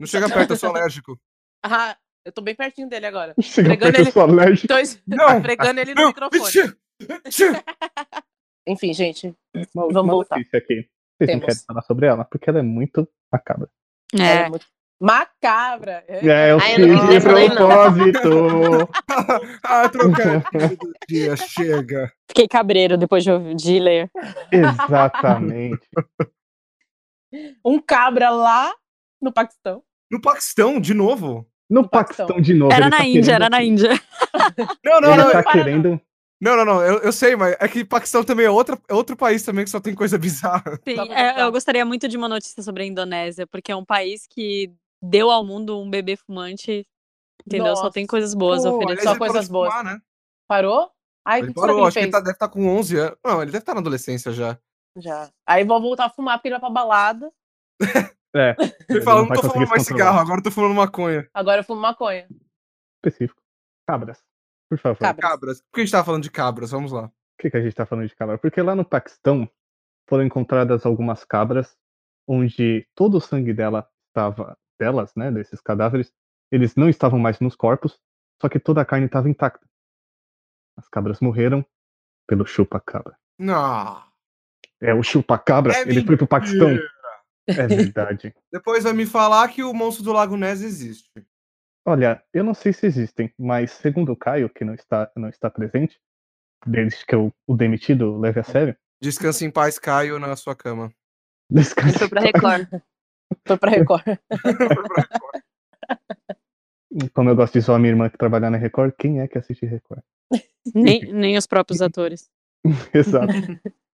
Não chega perto, eu sou alérgico.
Ah, eu tô bem pertinho dele agora.
Chega
Pregando
perto, um eu
ele-
sou alérgico.
Tô
Não.
pregando ele no
Não,
microfone.
tchê, tchê.
Enfim, gente,
Uma
Vamos
última
voltar.
notícia aqui. Vocês não
Temos.
querem falar sobre ela? Porque ela é muito macabra.
ela é muito macabra.
É, eu
Ai,
fiz
eu não
de
queria falar,
propósito.
Ah, trocar do dia, chega.
Fiquei cabreiro depois de, ouvir- de ler.
Exatamente.
Um cabra lá no Paquistão.
No Paquistão, de novo?
No
No Paquistão.
Paquistão de novo.
Era
ele
na
tá
Índia,
querendo-
era na Índia.
Não, não,
Ele
não.
tá
para, não.
querendo.
Não, não, não. Eu, eu sei, mas é que Paquistão também é, outra, é outro país também que só tem coisa bizarra.
Sim,
Dá pra
é,
contar.
eu gostaria muito de uma notícia sobre a Indonésia, porque é um país que deu ao mundo um bebê fumante Entendeu? Só
Nossa.
tem coisas boas
Pô,
oferecidas.
Aliás,
só
ele parou
coisas
de
boas.
fumar, né?
Parou? Ai, o
Ele
que será que
parou,
ele
acho que
fez?
ele tá- deve estar com 11 anos. Não, ele deve estar na adolescência já.
Já. Aí vou voltar a fumar porque ele vai pra balada.
É.
Ele
não
fala, não
vai conseguir
tô fumando
se
mais
controlar.
cigarro, agora eu tô fumando maconha.
Agora eu fumo maconha.
Específico. Cabras. Por favor.
Cabras.
Cabras. Por que a gente tava falando de cabras? Vamos lá.
Por que, que a gente tá falando de cabra? Porque lá no Paquistão foram encontradas algumas cabras onde todo o sangue dela estava delas, né, desses cadáveres, eles não estavam mais nos corpos, só que toda a carne estava intacta. As cabras morreram pelo chupa-cabra.
Não.
É o chupa-cabra,
É
ele foi pro Paquistão. É verdade.
Depois vai me falar que o monstro do Lago Ness existe.
Olha, eu não sei se existem, mas segundo o Caio, que não está não está presente, desde que eu, o demitido leve a sério,
Descansa em assim paz, Caio, na sua cama.
descanse.
Ele foi pra Record.
Tô pra Record.
Como eu gosto de zoar minha irmã que trabalha na Record, quem é que assiste Record?
Nem, nem os próprios atores.
Exato.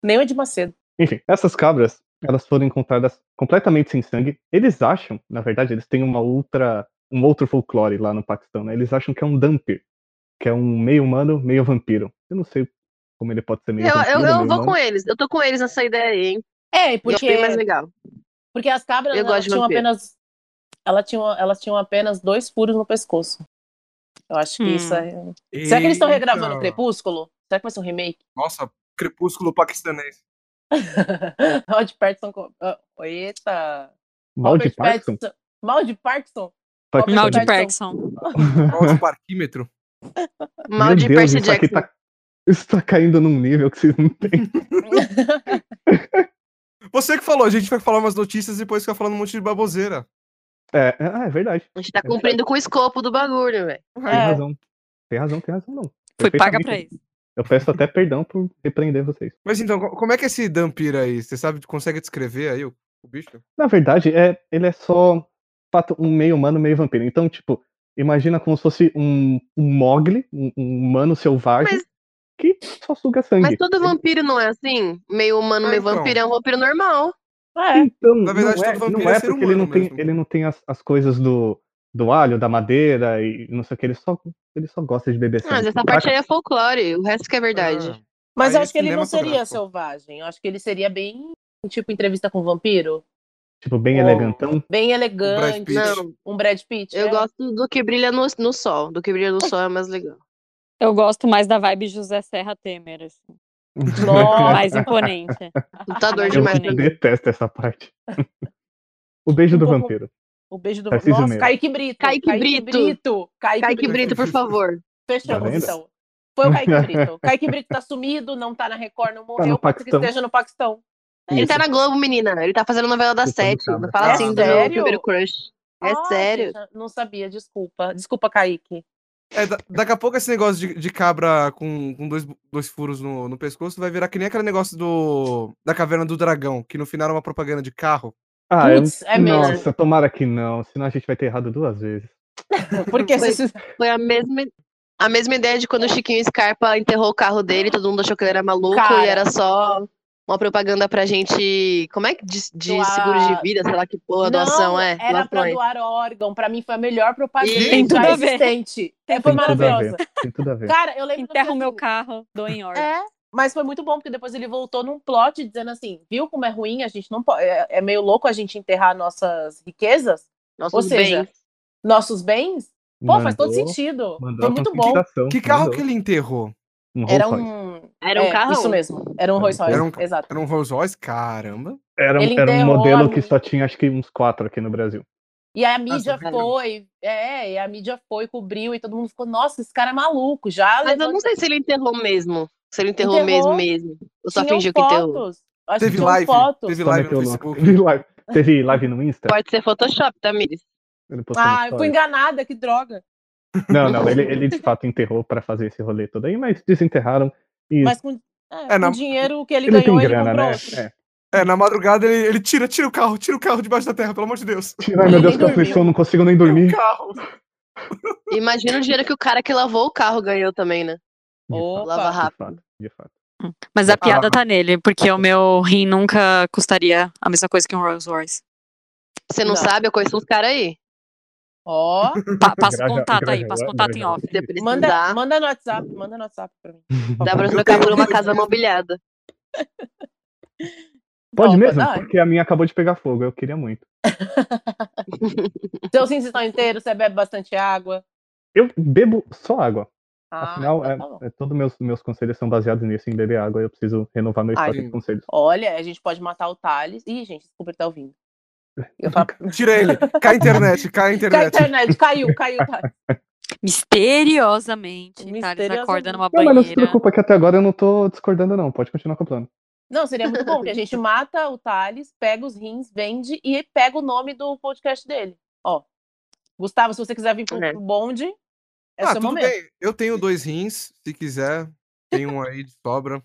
Nem o Ed Macedo.
Enfim, essas cabras, elas foram encontradas completamente sem sangue. Eles acham, na verdade, eles têm uma outra, um outro folclore lá no Paquistão, né? Eles acham que é um dumpir, que é um meio humano, meio vampiro. Eu não sei como ele pode ser
Eu,
meio vampiro,
eu, eu
meio
vou
humano.
com eles. Eu tô com eles nessa ideia aí, hein?
É, e
Porque...
porque,
Eu achei mais legal.
porque as cabras
Eu
elas
gosto de
tinham
vampiro.
apenas. Elas tinham, elas tinham apenas dois furos no pescoço. Eu acho que
Hum.
isso é. Será que eles estão regravando o Crepúsculo? Será que vai ser um remake?
Nossa, Crepúsculo paquistanês.
Mal de Parkinson. com- ah, Eita!
Mal de
Robert
Parkinson?
Pattinson- Mal de Parkinson?
Parkinson?
Mal de
Robert
Parkinson.
Olha o parquímetro.
Mal
Meu
de
Deus,
Percy
isso aqui
Jackson.
tá... Isso tá caindo num nível que vocês não têm.
Você que falou, a gente vai falar umas notícias e depois fica falando um monte de baboseira.
É, ah, é verdade.
A gente tá cumprindo com o escopo do bagulho, velho.
Tem
É.
razão. Tem razão, tem razão, não.
Foi paga pra
Perfeitamente.
isso.
Eu peço até perdão por repreender vocês.
Mas então, co- como é que é esse Dampir aí? Você sabe, consegue descrever aí o, o bicho?
Na verdade, é, ele é só de fato, um meio humano, meio vampiro. Então, tipo, imagina como se fosse um, um mogli, um, um humano selvagem,
Mas-
que só suga sangue.
Mas todo vampiro não é assim? Meio humano,
Ah,
meio
então.
vampiro. É um vampiro normal.
É.
Então,
Na verdade,
não é,
todo vampiro
não
é
é
ser
porque ele não
humano
tem,
mesmo.
ele não tem as, as coisas do, do alho, da madeira e não sei o que. Ele só, ele só gosta de beber sangue. Tipo,
Mas essa
saca?
parte aí é folclore. O resto que é verdade.
Ah,
Mas
Aí
eu acho que ele não seria
cinematográfico.
selvagem. Eu acho que ele seria bem. Tipo, entrevista com um vampiro.
Tipo, bem
Oh.
elegantão.
Bem
o Brad
elegante.
Pitt.
Não,
Um Brad Pitt.
eu
é.
gosto do que brilha no, no sol. Do que brilha no sol é mais legal.
Eu gosto mais da vibe José Serra Temer. assim.
Nossa.
Mais imponente.
Lutador tá
Mais
demais
Eu
imponente.
detesto essa parte. o beijo
Um
do
pouco-
vampiro.
O beijo do
Tarcísio
Nossa,
Meira.
Kaique Brito.
Kaique Brito.
Kaique,
Kaique
Brito.
Brito, por favor.
Tá
Fechamos,
vendo?
então. Foi o Kaique Brito. Kaique Brito tá sumido, não tá na Record, não morreu.
no
pode ser que
Paquistão.
esteja no Paquistão.
Ele
Isso.
tá na Globo, menina. Ele tá fazendo novela das
Desculpa,
sete.
Ricardo.
Não fala
É
assim do meu
sério?
primeiro crush. É
Ai,
sério.
gente, Não sabia, desculpa. Desculpa, Kaique.
É, da- daqui a pouco esse negócio de, de cabra com, com dois, dois furos no, no pescoço vai virar que nem aquele negócio do da caverna do dragão, que no final era uma propaganda de carro.
Ah, eu-
Putz, é mesmo.
Nossa, tomara que não, senão a gente vai ter errado duas vezes.
Porque
Foi-
se-
Foi a mesma, a mesma ideia de quando o Chiquinho Scarpa enterrou o carro dele, todo mundo achou que ele era maluco
Cara.
e era só uma propaganda pra gente. Como é que de, de
Doar.
seguro de vida, sei lá que porra, doação
não,
é?
Era pra
Doações.
doar órgão. Pra mim foi a melhor propaganda
Ih,
tem tudo
já
a ver.
existente. É,
Tem
foi
tudo a ver,
maravilhosa.
Tem tudo a ver.
Cara, eu lembro. que
Enterra
eu
o meu
fiz-
carro, dou em ordem.
É, mas foi muito bom, porque depois ele voltou num plot dizendo assim: viu como é ruim? A gente não pode. É, é meio louco a gente enterrar nossas riquezas,
Nossos
ou seja,
bens.
nossos bens. Pô, faz todo
Mandou-
sentido.
mandou
Foi
a
muito bom.
conscientização,
Que carro
mandou.
que ele enterrou?
Um Rolls
Era
Royce.
um.
Era um
é,
carro.
Isso mesmo. Era um
Era um
Rolls Royce.
carro. Era um-
Exato.
Era um Rolls Royce? Caramba.
Era um,
ele
era um
enterrou
modelo
a
que só tinha acho que uns quatro aqui no Brasil.
E
Ah,
aí a mídia
Nossa,
foi. É, e a mídia foi, cobriu, e todo mundo ficou, nossa, esse cara é maluco. Já
Mas eu
levantou-
não sei se ele enterrou mesmo. Se ele enterrou,
Enterrou. um
mesmo mesmo. Ou só
Tinham
fingiu que um enterrou.
fotos. Acho
Teve
que tinham
live?
fotos.
Teve
Só
live
meteu
no
louco.
Facebook?
Teve live, teve live no Insta?
Pode ser Photoshop, tá, Tamires.
Ele postou no
Ah, eu fui
story.
enganada, que droga.
Não, não, ele, ele de fato enterrou pra fazer esse rolê todo aí, mas desenterraram e
Mas com, é,
É,
com
na-
o dinheiro que ele,
ele tem
ganhou, ele
grana,
comprou
né?
outro.
É.
É, na madrugada ele, ele tira, tira o carro, tira o carro debaixo da terra, pelo amor de Deus.
Ai, meu
Ele
Deus, que
dormiu.
aflição, não consigo nem
O
dormir.
carro.
Imagina o dinheiro que o cara que lavou o carro ganhou também, né?
Opa.
Lava
De
rápido.
fato, de fato.
Mas a piada
Ah.
tá nele, porque o meu rim nunca custaria a mesma coisa que um Rolls Royce.
Você não,
Não.
sabe, eu conheço uns caras aí.
Ó,
Hum,
Pa- passa o
Graja-
contato aí,
Graja-
passa o contato em
Graja-
off.
Se precisar,
manda,
Manda...
manda no WhatsApp, manda no WhatsApp pra mim.
dá pra
Eu
trocar por
tenho-
uma casa mobiliada.
Pode
Não,
mesmo?
dá.
Porque a minha acabou de pegar fogo, eu queria muito.
Seus rins Então, assim, estão inteiros, você bebe bastante água.
Eu bebo só água.
Ah,
Afinal,
então
é-
tá bom.
é, todos meus, meus conselhos são baseados nisso, em beber água. Eu preciso renovar meu
Ai,
estoque de
gente.
conselhos.
Olha, a gente pode matar o Thales. Ih, gente, desculpa, ele tá ouvindo. Eu falo,
Tira ele. Cai a internet, cai a
cai a
internet.
internet, caiu, caiu, Thales.
Misteriosamente, Thales
Misteriosamente.
acorda numa
Não, mas não se
banheira.
preocupa que até agora eu não tô discordando, não. Pode continuar com o plano.
Não, seria muito bom que a gente mata o Thales, pega os rins, vende e pega o nome do podcast dele. Ó, Gustavo, se você quiser vir pro,
É.
pro bonde, é
ah,
seu
tudo
momento.
bem. Eu tenho dois rins, se quiser. Tem um aí de sobra.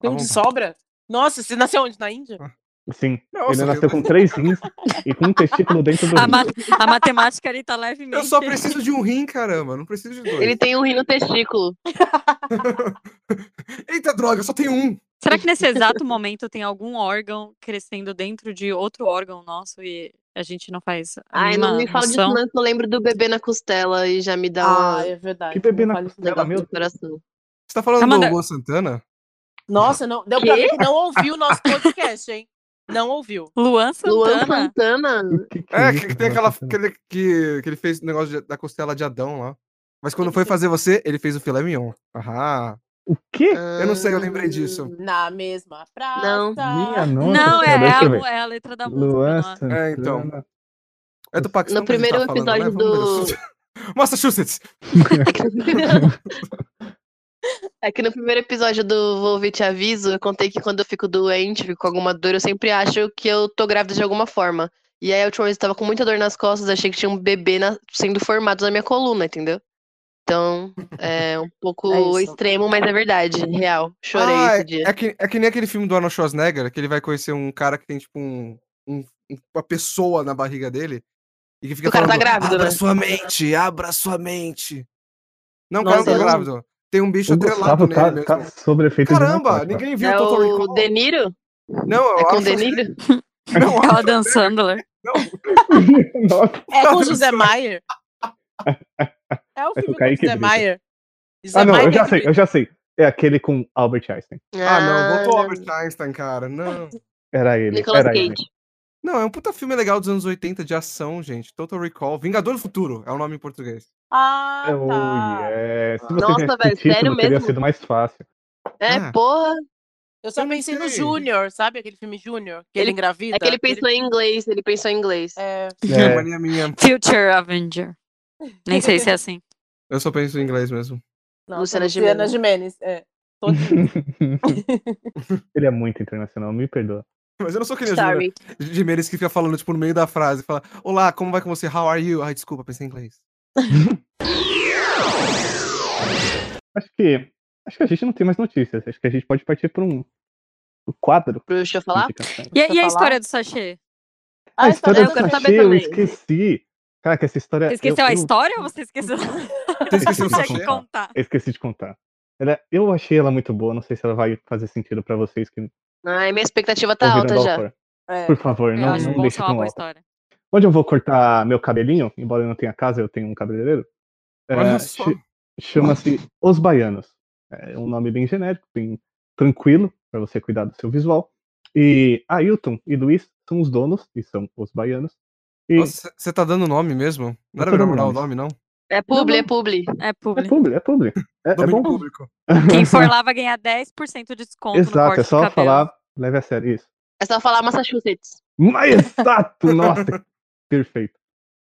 Tem um
Tá
de
bom.
sobra? Nossa, você nasceu onde? Na Índia?
Ah. Sim,
Nossa,
ele
eu-
nasceu com três rins e com um testículo dentro do
A,
rim.
ma- a matemática ali tá levemente.
Eu só preciso de um rim, caramba. Não preciso de dois.
Ele tem um rim no testículo.
Eita, droga, só tem um.
Será que nesse exato momento tem algum órgão crescendo dentro de outro órgão nosso e a gente não faz a
Ai, não
mínima
me fala disso,
noção?
não, que eu lembro do bebê na costela e já me dá uma-
é verdade.
Que bebê na
Não fale isso,
um
costela.
não.
negócio
meu
no coração.
Você tá falando
Amanda-
do Luan Santana?
Nossa, não, deu pra
Quê?
ver que não ouviu o nosso podcast, hein? Não ouviu.
Luan
Luan
Santana?
Santana.
Que que
É,
isso,
que, que tem aquela.
mano?
Que ele, que, que ele fez o negócio de- da costela de Adão lá. Mas quando foi fazer você, ele fez o filé mignon. Aham.
O quê?
Eu não sei, eu lembrei disso.
Na mesma frase.
Não.
Minha nossa
não,
senhora,
é, é
deixa eu
a,
ver.
mu- é a letra da música.
Luan
não é?
Santana.
É, então. É do Paquistão.
No
que a gente
primeiro
tá falando, né?
episódio
Vamos
do.
ver. Massachusetts!
É que no primeiro episódio do Vou Ouvir Te Aviso, eu contei que quando eu fico doente, fico com alguma dor, eu sempre acho que eu tô grávida de alguma forma. E aí a última vez eu tava com muita dor nas costas, achei que tinha um bebê na- sendo formado na minha coluna, entendeu? Então, é um pouco
É isso.
extremo, mas é verdade, real. Chorei
Ah,
esse dia.
É que, é que nem aquele filme do Arnold Schwarzenegger, que ele vai conhecer um cara que tem, tipo, um, um- um- uma pessoa na barriga dele. E que fica
O cara tá
falando,
grávido,
abra
né?"
sua mente, abra sua mente. Não, o
Nossa,
cara não tá
eu não-
grávido. Tem um bicho
O
atrelado
Gustavo
nele
tá,
mesmo.
tá sobre efeito de tá.
Caramba,
narcótico.
ninguém viu
É
Total
o
Recall.
De Niro?
Não,
É
eu
com o
acho
De
que...
Niro?
Não,
Aquela é Dan Sandler.
Nossa,
É com o José Maier? É o
com o
filme com o
Kaique
José
Brito.
Maier. José
é
ah, não, eu
Maier
já
que-
sei, eu já sei. É aquele com Albert Einstein.
Ah, não, voltou Albert Einstein, cara. Não.
Era ele,
Nicolas
era ele.
Cage.
Não, é um puta filme legal dos anos 80 de ação, gente. Total Recall. Vingador do Futuro é o nome em português.
Ah, tá.
Oh, yeah. Se você
Nossa,
tivesse
velho,
esse título,
sério
teria
mesmo?
sido mais fácil.
É,
Ah.
porra.
Eu só
Eu não
pensei no
sei.
Júnior, sabe? Aquele filme Júnior, que ele,
Ele-
engravida.
É que ele pensou em inglês, ele pensou em inglês.
É,
É.
Mania minha.
Future Avenger. Nem sei se é assim.
Eu só penso em inglês mesmo.
nossa,
Luciana
Luciana Jimenez. é. Todinho.
ele é muito internacional, me perdoa.
Mas eu não sou que nem o
Sorry.
Jimenez que fica falando, tipo, no meio da frase, fala, olá, como vai com você? How are you? Ai, desculpa, pensei em inglês.
Acho que acho que a gente não tem mais notícias. Acho que a gente pode partir para um, um quadro.
Deixa eu falar?
de indicação.
E,
Deixa eu
e a
falar.
história do sachê?
Ah, a
tá
história
eu
do
quero
sachê,
saber
eu
também.
esqueci. Caraca, essa história.
É,
Você esqueceu
eu,
a
eu-
história ou você esqueceu?
Você esqueceu o
Esqueci.
sachê?
Consegue contar?
Eu esqueci de contar. Ela- eu achei ela muito boa, não sei se ela vai fazer sentido para vocês que
Ai, minha expectativa tá
ouviram
alta
do
já.
autor.
É.
Por favor,
Eu
não,
acho
não
bom ser
deixe
uma
tão
boa
alto.
história.
Onde eu vou cortar meu cabelinho, embora eu não tenha casa, eu tenho um cabeleireiro. é,
Olha só.
chi- Chama-se Os Baianos. É um nome bem genérico, bem tranquilo, para você cuidar do seu visual. E Ailton e Luiz são os donos, e são os baianos. E
Nossa, Você tá dando nome mesmo? Não era
Eu tô
melhor
dando
mudar o
nome.
nome, não?
É publi, é publi.
É
é
público.
público, é público. É, é
Domínio
bom.
É público.
Quem for lá vai ganhar 10% de desconto no corte
Exato, é
do
só
cabelo.
falar, leve a sério, isso.
É só falar Massachusetts.
Mas exato! Nossa, perfeito.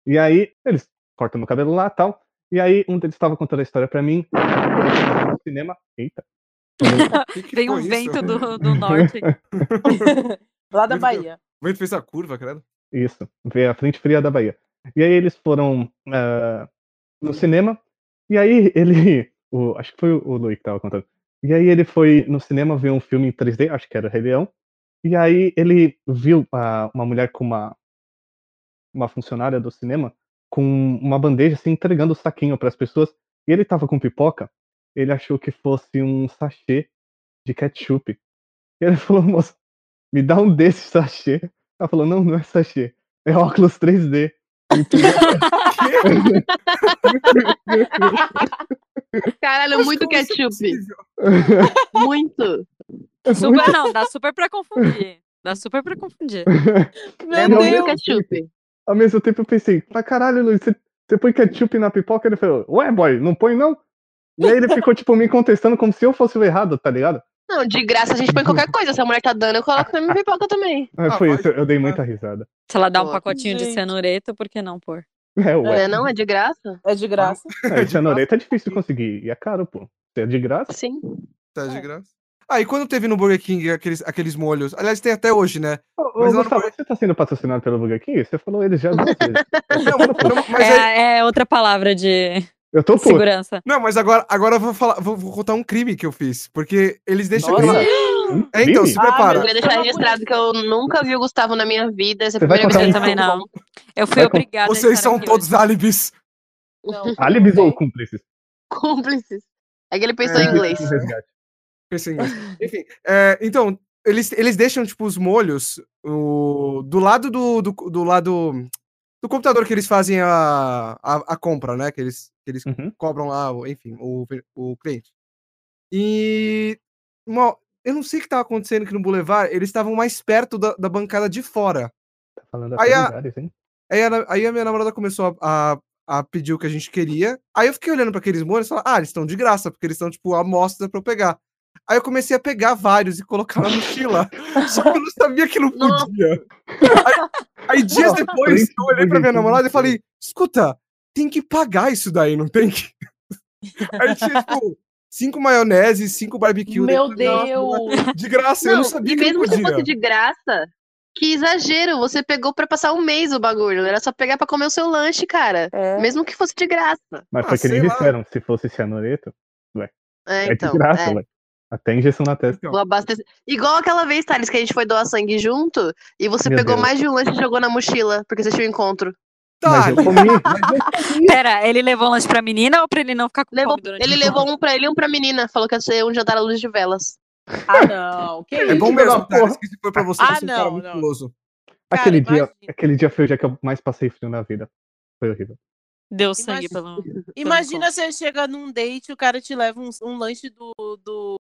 E aí, eles cortam meu cabelo lá e tal. E aí, um deles estava contando a história pra mim. no Cinema. Eita.
Que que
Vem
foi
um
isso?
vento do, do norte.
É. Lá da
Meu Deus.
Bahia.
O vento fez a curva, credo.
Isso, ver a frente fria da Bahia. E aí eles foram ah, no cinema, e aí ele. o- acho que foi o o Luiz que tava contando. E aí ele foi no cinema ver um filme em 3D, acho que era o Rei Leão. E aí ele viu ah, uma mulher com uma, uma funcionária do cinema com uma bandeja assim, entregando o saquinho para as pessoas. E ele tava com pipoca, ele achou que fosse um sachê de ketchup. E ele falou, moça, me dá um desse sachê. Ela falou, não, não é sachê. É óculos 3D.
Caralho, muito ketchup. Muito.
É
Super não, dá super pra confundir. Dá super pra confundir.
É
Meu
muito
Deus.
ketchup.
Ao mesmo tempo eu pensei, pra caralho, Luiz, você, você põe ketchup na pipoca? Ele falou, ué, boy, não põe não? E aí ele ficou, tipo, me contestando como se eu fosse o errado, tá ligado?
Não, de graça a gente põe qualquer coisa. Se a mulher tá dando, eu coloco na minha pipoca também.
Mas
Ah,
foi
mas-
isso, eu dei muita risada.
Se ela dá um
Pô,
pacotinho de
gente.
cenoureta, por que não pôr?
É, ué.
É, não? É de graça?
É de graça.
É, cenoureta é difícil de conseguir, e é caro, pô. É de graça.
Sim.
Tá de graça. Ah, e quando teve no Burger King aqueles, aqueles molhos? Aliás, tem até hoje, né?
Ô, ô,
Mas eu não
Gustavo,
falei-
você tá sendo patrocinado pelo Burger King? Você falou ele já duas vezes.
Não, não, mas, aí-
É, é outra palavra de
Eu tô puto.
segurança.
não, mas agora, agora eu vou, falar, vou, vou contar um crime que eu fiz. Porque eles deixam.
Nossa.
eles-
Hum,
É, então,
crime?
se
Ah,
Eu
prepara.
queria
Eu
deixar
não
registrado
conheço.
que eu nunca vi o Gustavo na minha vida. Essa é a
Você vai
primeira vez
contar
que
Eu
então,
um-
ele
também não. Eu fui
Vai com-
obrigada a
Vocês
estar
são
aqui
todos
hoje.
álibis.
Não,
Alibis
não
ou
sei.
cúmplices?
cúmplices. um É que ele pensou em
É.
inglês.
Um resgate.
Pensei em inglês. Enfim, é, então, eles, eles deixam, tipo, os molhos o, do lado do, do, do lado do computador que eles fazem a, a, a compra, né? Que eles, que eles
Uhum.
cobram lá, o- enfim, o, o cliente. E uma- eu não sei o que estava acontecendo aqui no Boulevard, eles estavam mais perto da, da bancada de fora.
Tá falando
Aí
até
a-
lugares, hein?
Aí a, aí a minha namorada começou a, a, a pedir o que a gente queria. Aí eu fiquei olhando para aqueles molhos e falei, ah, eles estão de graça, porque eles estão, tipo, à mostra para eu pegar. Aí eu comecei a pegar vários e colocar na mochila. Só que eu não sabia que não
Nossa.
podia. Aí, aí dias
Não,
depois,
frente
eu
do
olhei pra minha
jeitinho,
namorada e
não
falei, escuta, tem que pagar isso daí, não tem que. Aí tinha, tipo, cinco maionese, cinco barbecue. daí eu
Meu
falei, "Nossa,
Deus.
De graça, eu não sabia
e
que não
mesmo se
podia.
fosse de graça, que exagero. Você pegou pra passar um mês o bagulho. Era só pegar pra comer o seu lanche, cara.
É.
Mesmo que fosse de graça.
Mas
Ah,
foi que nem
sei lá.
disseram, se fosse cianureto,
É,
é,
então.
de graça,
é.
ué. Até injeção na testa.
Então,
Vou abastecer. Igual aquela vez, Thales, que a gente foi doar sangue junto e você
Meu
pegou
Deus.
mais de um lanche e jogou na mochila, porque você tinha um encontro.
Mas
tá,
eu comi, mas eu comi.
Pera, ele levou lanche pra menina ou pra ele não ficar com
Levou-
fome durante
ele
o
levou um pra ele e um pra menina. Falou que ia ser um jantar à luz de velas.
Ah, não. Que
é
isso?
bom
filho da
mesmo, tá?
porra.
Que se foi pra você,
Ah,
você é um cara
não,
muito
não.
guloso.
Cara,
aquele, dia,
imagina.
aquele dia foi o dia que eu mais passei frio na vida. Foi horrível.
Deu sangue
Imagina-
pelo.
Imagina você chega num date e o cara te leva um, um lanche do, do,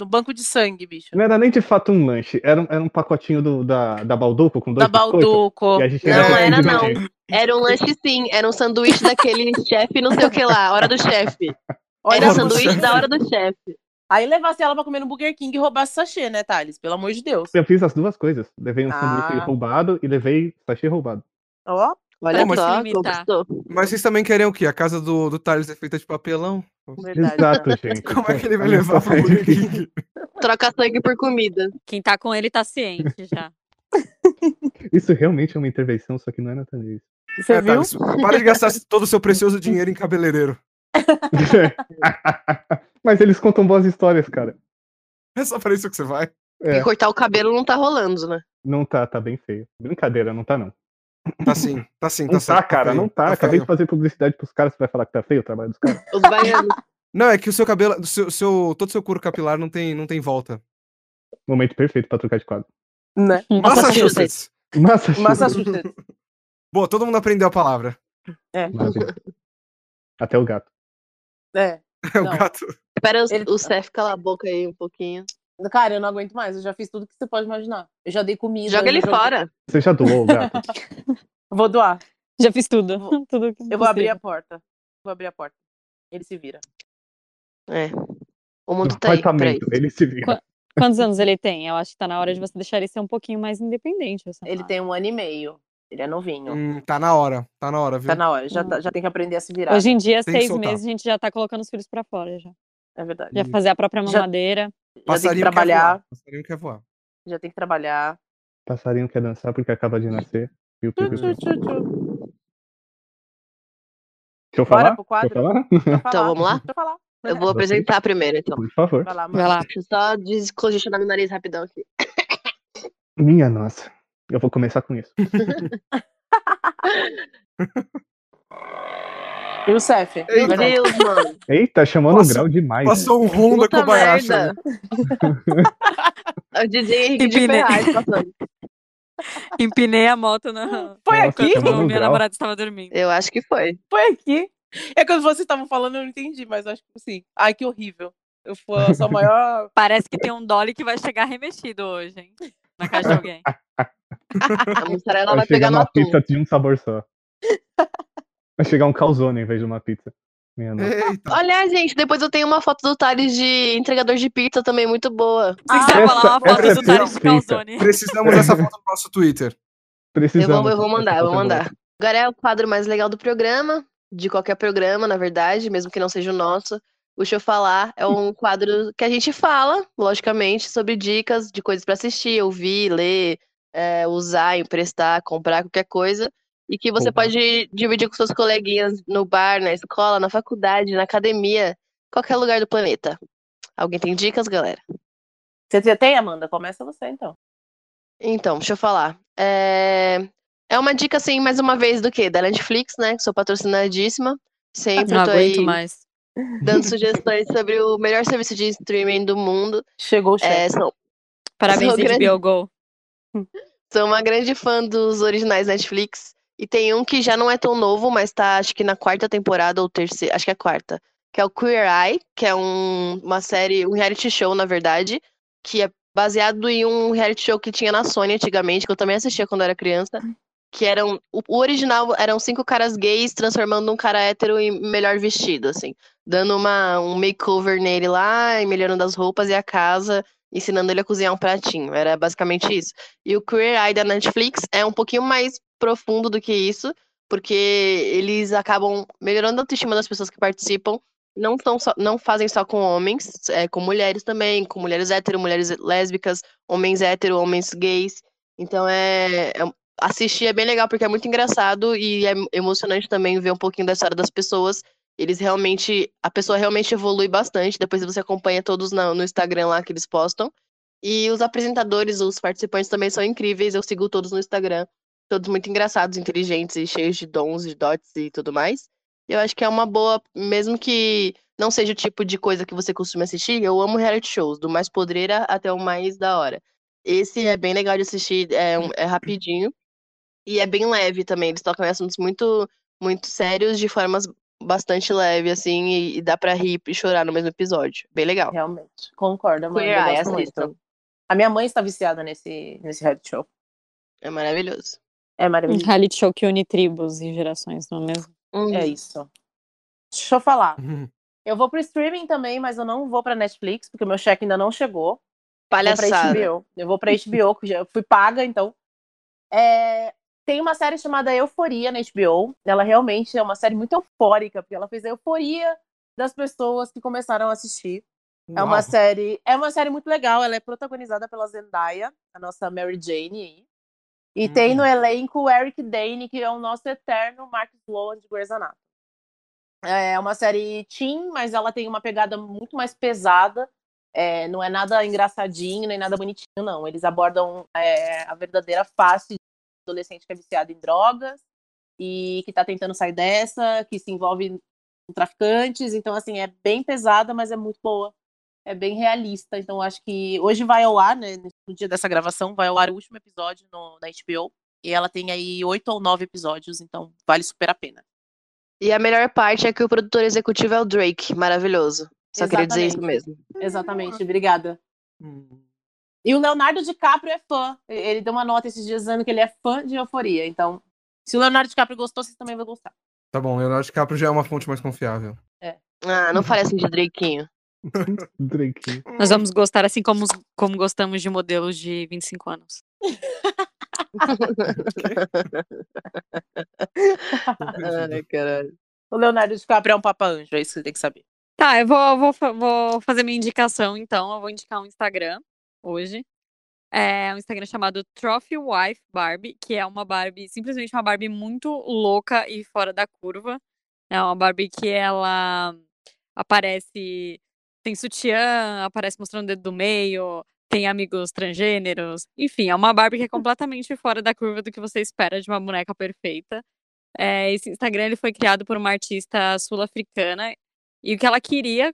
do banco de sangue, bicho.
Não era nem de fato um lanche, era um, era um pacotinho do, da, da Balduco com dois
Da
biscoitos,
Balduco.
E a gente
Não,
era
era
muito
não.
divertido.
Era um lanche sim, era um sanduíche daquele chefe, não sei o que lá, hora do chefe.
Olha,
Era
Hora
o
do
sanduíche
chefe.
da hora do chefe.
aí levasse ela pra comer no Burger King e roubasse sachê, né, Thales? Pelo amor de Deus.
Eu fiz as duas coisas. Levei um sanduíche
Ah.
roubado e levei sachê roubado.
Ó,
Olha
Pô, mas
só,
se limitar.
conquistou.
Mas vocês também querem o quê? A casa do, do Thales é feita de papelão?
verdade.
Exato, gente.
Como é que ele vai
Olha
levar
só,
pro Burger
gente.
King?
Troca sangue por comida.
Quem tá com ele tá ciente já.
Isso realmente é uma intervenção, só que não é natalício.
Você
É,
viu?
Thales, para de gastar todo o seu precioso dinheiro em cabeleireiro.
Mas eles contam boas histórias, cara.
É só pra isso que você vai.
É.
E cortar o cabelo não tá rolando, né?
Não tá, tá bem feio. Brincadeira, não tá não.
Tá sim, tá sim, tá
Não tá,
certo,
cara,
feio,
não tá. Acabei
feio.
de fazer publicidade pros caras, você vai falar que tá feio o trabalho dos caras.
Os baianos.
Não, é que o seu cabelo, o seu, seu- todo o seu couro capilar não tem, não tem volta.
Momento perfeito pra trocar de quadro.
Né?
Massachusetts!
Massachusetts.
Massachusetts.
Boa, todo mundo aprendeu a palavra.
Maravilha. Até o gato.
É.
É o
Não.
gato.
Espera o-
Ele-
o Seth calar a boca aí um pouquinho.
Cara, eu não aguento mais. Eu já fiz tudo que você pode imaginar. Eu já dei comida.
Joga
eu
ele
joguei-
fora.
Você já doou o gato?
Vou doar.
Já fiz tudo. tudo que
Eu vou abrir
possível.
a porta. Vou abrir a porta. Ele se vira.
Tá. É. O
Do
mundo tá aí. pra
apartamento.
isso.
Ele se vira.
Quantos anos ele tem? Eu acho que tá na hora de você deixar ele ser um pouquinho mais independente. essa
Hum. Ele
fase.
tem um ano e meio. Ele é novinho.
Hum, tá na hora, tá na hora, viu?
Tá na hora. Já, tá- já tem que aprender a se virar.
Hoje em dia,
Tem que
seis
soltar.
meses, a gente já tá colocando os filhos pra fora. Já,
É verdade.
já
Hum.
Isso.
fazer a própria
Já-
mamadeira.
Já tem que
Passarinho quer
trabalhar.
voar, Passarinho quer voar.
Já tem que trabalhar.
Passarinho quer dançar porque acaba de nascer. Piu, piu,
Tchu,
piu.
tchu, tchu, tchu.
Deixa eu
Bora
falar?
pro
Deixa eu
quadro.
falar?
Deixa eu falar.
Então vamos lá?
Deixa eu falar.
Eu vou apresentar primeiro, então.
Por favor.
Vai lá, mano.
Vai lá.
Tá, Deixa eu só descongestionar meu nariz rapidão aqui.
Minha nossa. Eu vou começar com isso.
E o Cef?
Ei,
Meu
Verdade.
Deus, mano.
Eita, chamando
Passou-
o grau demais.
Passou um Honda
Puta
Kobayashi.
merda. É o DJ Henrique de
Empina.
Ferraz passando.
Empinei a moto na.
Foi
Nossa,
aqui?
tá bom.
quando minha
grau.
namorada estava dormindo.
Eu acho que foi.
Foi aqui. É quando vocês estavam falando, eu não entendi, mas eu acho que sim. Ai, que horrível. Eu fui a sua maior.
Parece que tem um Dolly que vai chegar remexido hoje, hein? Na casa de alguém.
A mussarela
Vai
vai pegar
chegar
no
uma
atum.
pizza de um sabor só. Vai chegar um calzone em vez de uma pizza. Minha nossa.
Eita.
Aliás, gente, depois eu tenho uma foto do Thales de entregador de pizza também, muito boa.
Vocês quiserem
essa-
falar uma
essa
foto
é
do Thales de
perfeita.
Calzone.
Precisamos dessa foto no nosso Twitter.
Eu
Precisamos. Tá
vou, eu vou mandar, eu vou
Essa foi boa.
mandar. Agora é o quadro mais legal do programa, de qualquer programa, na verdade, mesmo que não seja o nosso. O Deixa eu falar é um quadro que a gente fala, logicamente, sobre dicas de coisas pra assistir, ouvir, ler, é, usar, emprestar, comprar, qualquer coisa. E que você
Roubar.
pode dividir com seus coleguinhas no bar, na escola, na faculdade, na academia, qualquer lugar do planeta. Alguém tem dicas, galera?
Você já tem, Amanda? Começa você, então.
Então, deixa eu falar. É, é uma dica, assim, mais uma vez, do quê? Da Netflix, né? Que sou patrocinadíssima. Sempre
Não
tô
aguento
aí
mais.
dando sugestões sobre o melhor serviço de streaming do mundo.
Chegou o chefe.
É, sou,
Parabéns,
Sou grande.
HBO Go.
sou uma grande fã dos originais Netflix. E tem um que já não é tão novo, mas tá, acho que na quarta temporada ou terceira, acho que é a quarta. Que é o Queer Eye, que é um- uma série, um reality show, na verdade, que é baseado em um reality show que tinha na Sony antigamente, que eu também assistia quando era criança. que eram o, o original eram cinco caras gays transformando um cara hétero em melhor vestido, assim, dando uma um makeover nele lá, e melhorando as roupas e a casa, ensinando ele a cozinhar um pratinho. Era basicamente isso. E o Queer Eye da Netflix é um pouquinho mais profundo do que isso, porque eles acabam melhorando a autoestima das pessoas que participam. Não, tão só- não fazem só com homens, é, com mulheres também, com mulheres hétero, mulheres lésbicas, homens hétero, homens gays. Então é, é, assistir é bem legal porque é muito engraçado e é emocionante também ver um pouquinho da história das pessoas. Eles realmente, a pessoa realmente evolui bastante. Depois você acompanha todos na- no Instagram lá que eles postam. E os apresentadores, os participantes também são incríveis. Eu sigo todos no Instagram. Todos muito engraçados, inteligentes e cheios de dons, de dotes e tudo mais. Eu acho que é uma boa, mesmo que não seja o tipo de coisa que você costuma assistir. Eu amo reality shows, do mais podreira até o mais da hora. Esse é bem legal de assistir, é, um- é rapidinho. E é bem leve também, eles tocam em assuntos muito, muito sérios de formas bastante leve, assim, e, e dá pra rir e chorar no mesmo episódio. Bem legal.
Realmente. Concordo, Amanda.
Queer
eu
Eye,
gosto muito.
assistam.
A minha mãe está viciada nesse, nesse reality show.
É maravilhoso.
É
Um
maravilhoso.
reality show que une tribos e gerações, não é mesmo?
Uhum.
É isso. Deixa eu falar.
Hum.
Eu vou pro streaming também, mas eu não vou pra Netflix, porque meu cheque ainda não
É
chegou. Vou pra
Palhaçada.
HBO. Eu vou pra HBO, que já- eu fui paga, então. É, Tem uma série chamada Euforia na HBO. Ela realmente é uma série muito eufórica, porque ela fez a euforia das pessoas que começaram a assistir. É uma
Uau.
série, é uma série muito legal. Ela é protagonizada pela Zendaya, a nossa Mary Jane aí. E
Hum.
tem no elenco o Eric Dane, que é o nosso eterno Mark Sloan de Grey's Anatomy. É uma série teen, mas ela tem uma pegada muito mais pesada. É, não é nada engraçadinho, nem nada bonitinho, não. Eles abordam é, a verdadeira face de um adolescente que é viciado em drogas e que tá tentando sair dessa, que se envolve com traficantes. Então, assim, é bem pesada, mas é muito boa. É bem realista. Então, eu acho que hoje vai ao ar, né? No dia dessa gravação, vai ao ar o último episódio no, na HBO. E ela tem aí oito ou nove episódios, então vale super a pena.
E a melhor parte é que o produtor executivo é o Drake. Maravilhoso. Só queria dizer isso mesmo.
Exatamente, obrigada.
Hum.
E o Leonardo DiCaprio é fã. Ele deu uma nota esses dias dizendo que ele é fã de euforia. Então, se o Leonardo DiCaprio gostou, vocês também vão gostar.
Tá bom, Leonardo DiCaprio já é uma fonte mais confiável.
Ah, não fale assim de Drakeinho.
Drake.
Nós vamos gostar assim como, os- como gostamos de modelos de 25 anos.
Ai, caralho.
O Leonardo DiCaprio é um papa anjo, é isso que você tem que saber.
Tá, eu vou, vou, fa- vou fazer minha indicação então. Eu vou indicar um Instagram hoje. É um Instagram chamado Trophy Wife Barbie, que é uma Barbie, simplesmente uma Barbie muito louca e fora da curva. É uma Barbie que ela aparece, tem sutiã, aparece mostrando o dedo do meio, tem amigos transgêneros. Enfim, é uma Barbie que é completamente fora da curva do que você espera de uma boneca perfeita. É, esse Instagram ele foi criado por uma artista sul-africana e o que ela queria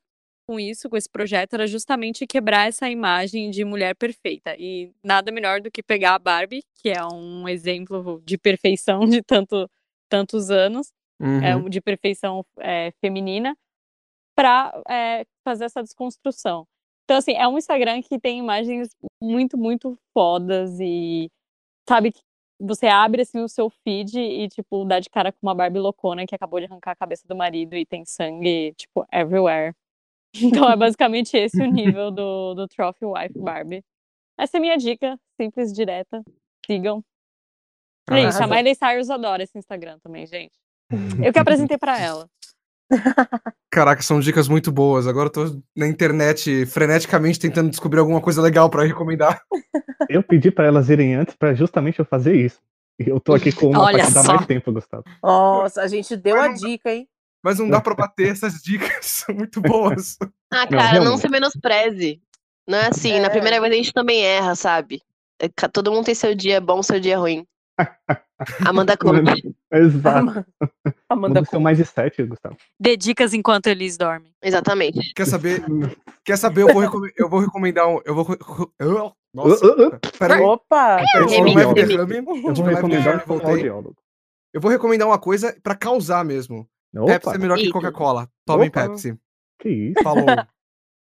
com isso, com esse projeto, era justamente quebrar essa imagem de mulher perfeita. E nada melhor do que pegar a Barbie, que é um exemplo de perfeição de tanto, tantos anos,
Uhum.
é, de perfeição é, feminina, para fazer essa desconstrução. Então, assim, é um Instagram que tem imagens muito, muito fodas e, sabe, que você abre, assim, o seu feed e, tipo, dá de cara com uma Barbie loucona que acabou de arrancar a cabeça do marido e tem sangue, tipo, everywhere. Então, é basicamente esse o nível do, do Trophy Wife Barbie. Essa é a minha dica, simples, direta. Sigam.
Ah,
É isso, a
Arrasou.
Miley Cyrus adora esse Instagram também, gente. Eu que apresentei pra ela.
Caraca, são dicas muito boas. Agora eu tô na internet freneticamente tentando descobrir alguma coisa legal pra recomendar.
Eu pedi pra elas irem antes pra justamente eu fazer isso. E eu tô aqui com uma
Olha
pra te dar
só.
mais tempo, Gustavo.
Nossa, a gente deu a dica, hein?
Mas não dá pra bater essas dicas, são muito boas.
Ah, cara, não,
realmente.
se menospreze. Não é assim, na
É.
primeira vez a gente também erra, sabe? É ca- Todo mundo tem seu dia bom, seu dia ruim. Amanda Conte.
Exato.
Amanda
Manda seu mais sete, Gustavo.
Dê dicas enquanto eles dormem.
Exatamente.
Quer saber? Quer saber? Eu vou, recome- eu vou recomendar um. Eu vou. re- re- Nossa,
Uh, uh, uh.
peraí.
Opa!
Eu vou
Eu tive um leve
recomendar-
derrame.
Eu
Tive
vou
um leve
recomendar
derrame,
um
voltei.
audiólogo.
Eu vou recomendar uma coisa pra causar mesmo. Pepsi
Opa,
é melhor que
Eita.
Coca-Cola. Tomem
Opa.
Pepsi.
que isso?
Falou.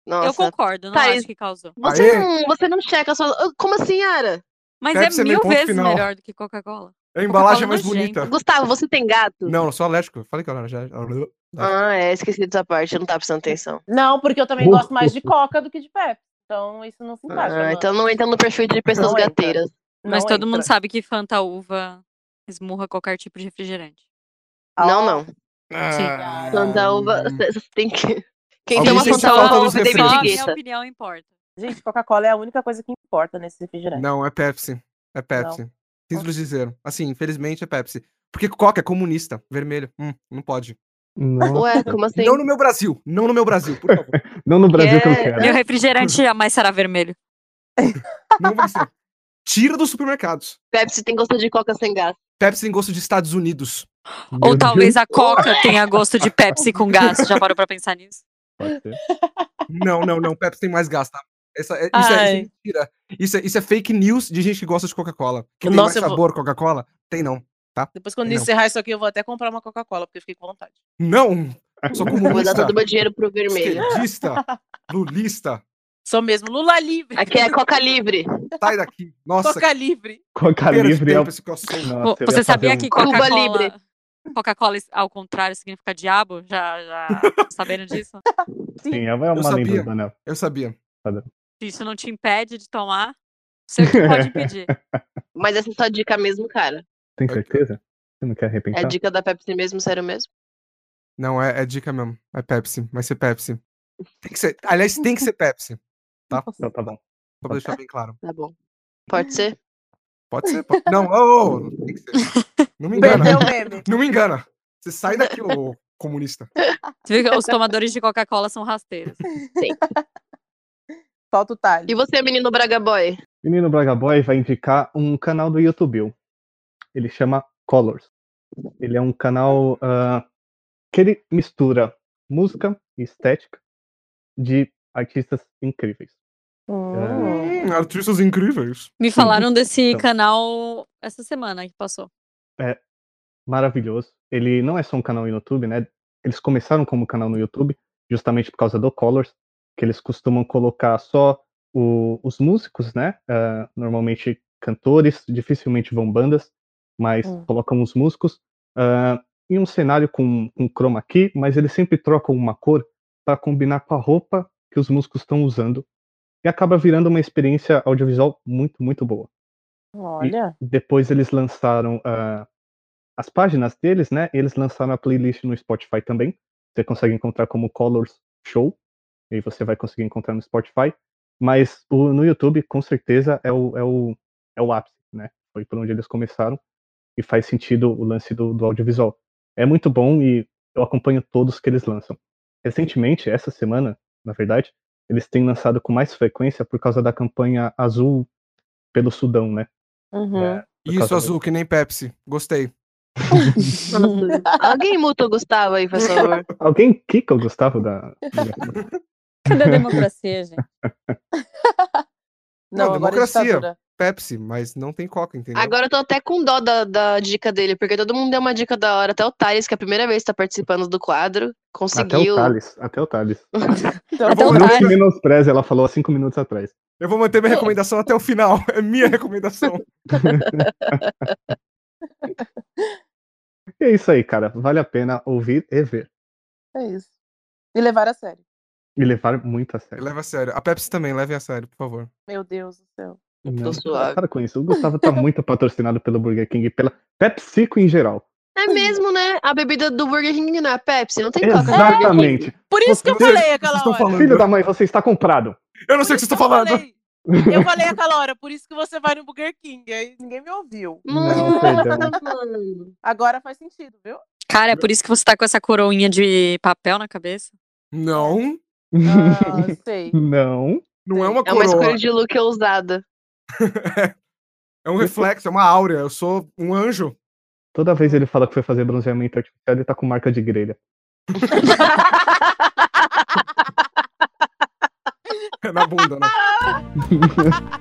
Eu
Nossa.
concordo,
Tá,
não
Thaís-
acho que causou.
Você
Aê.
não, você não checa só. Como assim, Ara?
Mas
Pepsi
é
é meu
mil
ponto
vezes
final.
melhor do que Coca-cola.
A embalagem é mais
nojenta.
bonita.
Gustavo, você tem gato?
Não, eu sou alérgico. Eu Falei que eu era alérgico.
Ah, é, esqueci dessa parte, eu não tava prestando atenção.
Não, porque eu também
Uh,
gosto mais
uh,
de
uh.
coca do que de Pepsi. Então isso não se encaixa.
Ah,
mano.
então não entra no perfil de pessoas
Não entra.
gateiras.
Não
Mas todo
entra.
mundo sabe que Fanta uva esmurra qualquer tipo de refrigerante.
Ah,
Não, não.
Ah,
Fanta uva, você tem que. Quem tem
Alguém
uma
sente
fanta
falta
uva,
dos
você tem
Só a
refrigerantes?
minha
mendigueta.
opinião importa.
Gente, Coca-Cola é a única coisa que importa nesse refrigerante.
Não, é Pepsi. É Pepsi. Sinto lhes dizer. Assim, infelizmente é Pepsi. Porque Coca é comunista, vermelho. Hum, não pode.
Não,
Ué, como assim?
Não no meu Brasil. Não no meu Brasil, por favor.
não no Brasil que eu
É.
quero.
Meu refrigerante jamais será vermelho.
Não vai ser. Tira dos supermercados.
Pepsi tem gosto de coca sem gás.
Pepsi tem gosto de Estados Unidos.
Ou talvez a Coca tenha gosto de Pepsi com gás. Já parou pra pensar nisso?
Não, não, não. Pepsi tem mais gás, tá? Essa, é- isso, é, isso é
Ai.
mentira. Isso é, isso é fake news de gente que gosta de Coca-Cola. Que tem
Nossa, eu
mais
vou-
sabor Coca-Cola? Tem não.
Depois, quando
Não.
encerrar isso aqui, eu vou até comprar uma Coca-Cola, porque eu fiquei com vontade.
Não! Sou
Eu Vou dar
comunista,
todo o meu dinheiro pro vermelho.
esquerdista, lulista.
Sou mesmo Lula livre.
Aqui é Coca Livre.
Sai daqui. Nossa,
Coca livre.
Coca
perda de
livre é o.
tempo esse calção.
Nossa, eu
Você
ia fazer
sabia
um-
que
Cuba
Coca-Cola...
Libre.
Coca-Cola, ao contrário, significa diabo? Já, já sabendo disso?
Sim, é uma
sabia.
lenda do anel.
Eu sabia.
Se isso não te impede de tomar, sei o que pode impedir.
Mas essa é só dica mesmo, cara.
Tem certeza? Você não quer
É
arrepentar?
a dica da Pepsi mesmo, sério mesmo?
Não, é, é dica mesmo. É Pepsi. Vai ser Pepsi. Tem que ser. Aliás, tem que ser Pepsi. Tá? Só
Então tá bom.
pra deixar bem claro.
Tá bom. Pode ser?
Pode ser. Pode... Não, ô, ô, tem que ser. Não me engana.
Perdeu o meme.
Não me engana. Você sai daqui, ô comunista.
Você viu que Os tomadores de Coca-Cola são rasteiros.
Solta o talho.
E você, menino Braga Boy?
Menino Braga Boy vai indicar um canal do YouTube. Ele chama Colors. Ele é um canal ah, que ele mistura música e estética de artistas incríveis.
Hum.
Hum, artistas incríveis.
Me falaram desse
Então.
canal essa semana que passou.
Maravilhoso. Ele não é só um canal no YouTube, né? Eles começaram como canal no YouTube justamente por causa do Colors, que eles costumam colocar só o- os músicos, né? ah, normalmente cantores, dificilmente vão bandas, mas
Hum.
colocam os músicos ah, em um cenário com, com chroma key, mas eles sempre trocam uma cor para combinar com a roupa que os músicos estão usando e acaba virando uma experiência audiovisual muito, muito boa
Olha.
depois eles lançaram ah, as páginas deles, né? E eles lançaram a playlist no Spotify também. Você consegue encontrar como Colors Show. E aí você vai conseguir encontrar no Spotify. Mas o- no YouTube, com certeza, é o, é, o, é o ápice, né? Foi por onde eles começaram. E faz sentido o lance do, do audiovisual. É muito bom e eu acompanho todos que eles lançam. Recentemente, essa semana, na verdade, eles têm lançado com mais frequência por causa da campanha azul pelo Sudão, né?
Uhum.
É, por
Isso,
causa
azul, que nem Pepsi. Gostei.
Alguém muta o Gustavo aí, por favor.
Alguém quica o Gustavo da. da-
Cadê a democracia, gente?
Não,
agora é
democracia.
ditadura.
Pepsi, mas não tem Coca, entendeu?
Agora eu tô até com dó da, da dica dele, porque todo mundo deu uma dica da hora. Até o Thales, que é a primeira vez que tá participando do quadro,
Até o
conseguiu.
Thales. Até o Thales.
Então,
Até o
não
Thales.
se menospreze, ela falou há cinco minutos atrás.
Eu vou manter minha recomendação até o final. É minha recomendação.
E é isso aí, cara. Vale a pena ouvir e ver.
É isso. E levar a sério.
E levar muito a sério.
Leva a sério. A Pepsi também, leve a sério, por favor.
Meu Deus do céu.
né?
Não,
suave.
Para com isso. O Gustavo tá muito patrocinado pelo Burger King e pela PepsiCo em geral.
É mesmo, né? A bebida do Burger King não é a Pepsi, não tem coca. né?
Exatamente.
Por isso que eu
Vocês-
falei
vocês
aquela
estão
hora.
falando?
Filho da mãe, você está comprado.
Eu não
Por
sei o que
isso
vocês estão falando.
Eu falei, eu falei aquela hora, por isso que você vai no Burger King. Aí ninguém me ouviu.
Não, perdão.
Nossa, mano.
Agora faz sentido, viu?
Cara, é por isso que você tá com essa coroinha de papel na cabeça?
Não,
Ah, sei.
Não.
não é uma
É uma
coroa.
escolha de look ousada.
É um reflexo, é uma áurea. Eu sou um anjo.
Toda vez ele fala que foi fazer bronzeamento artificial, ele tá com marca de grelha.
É na bunda, né?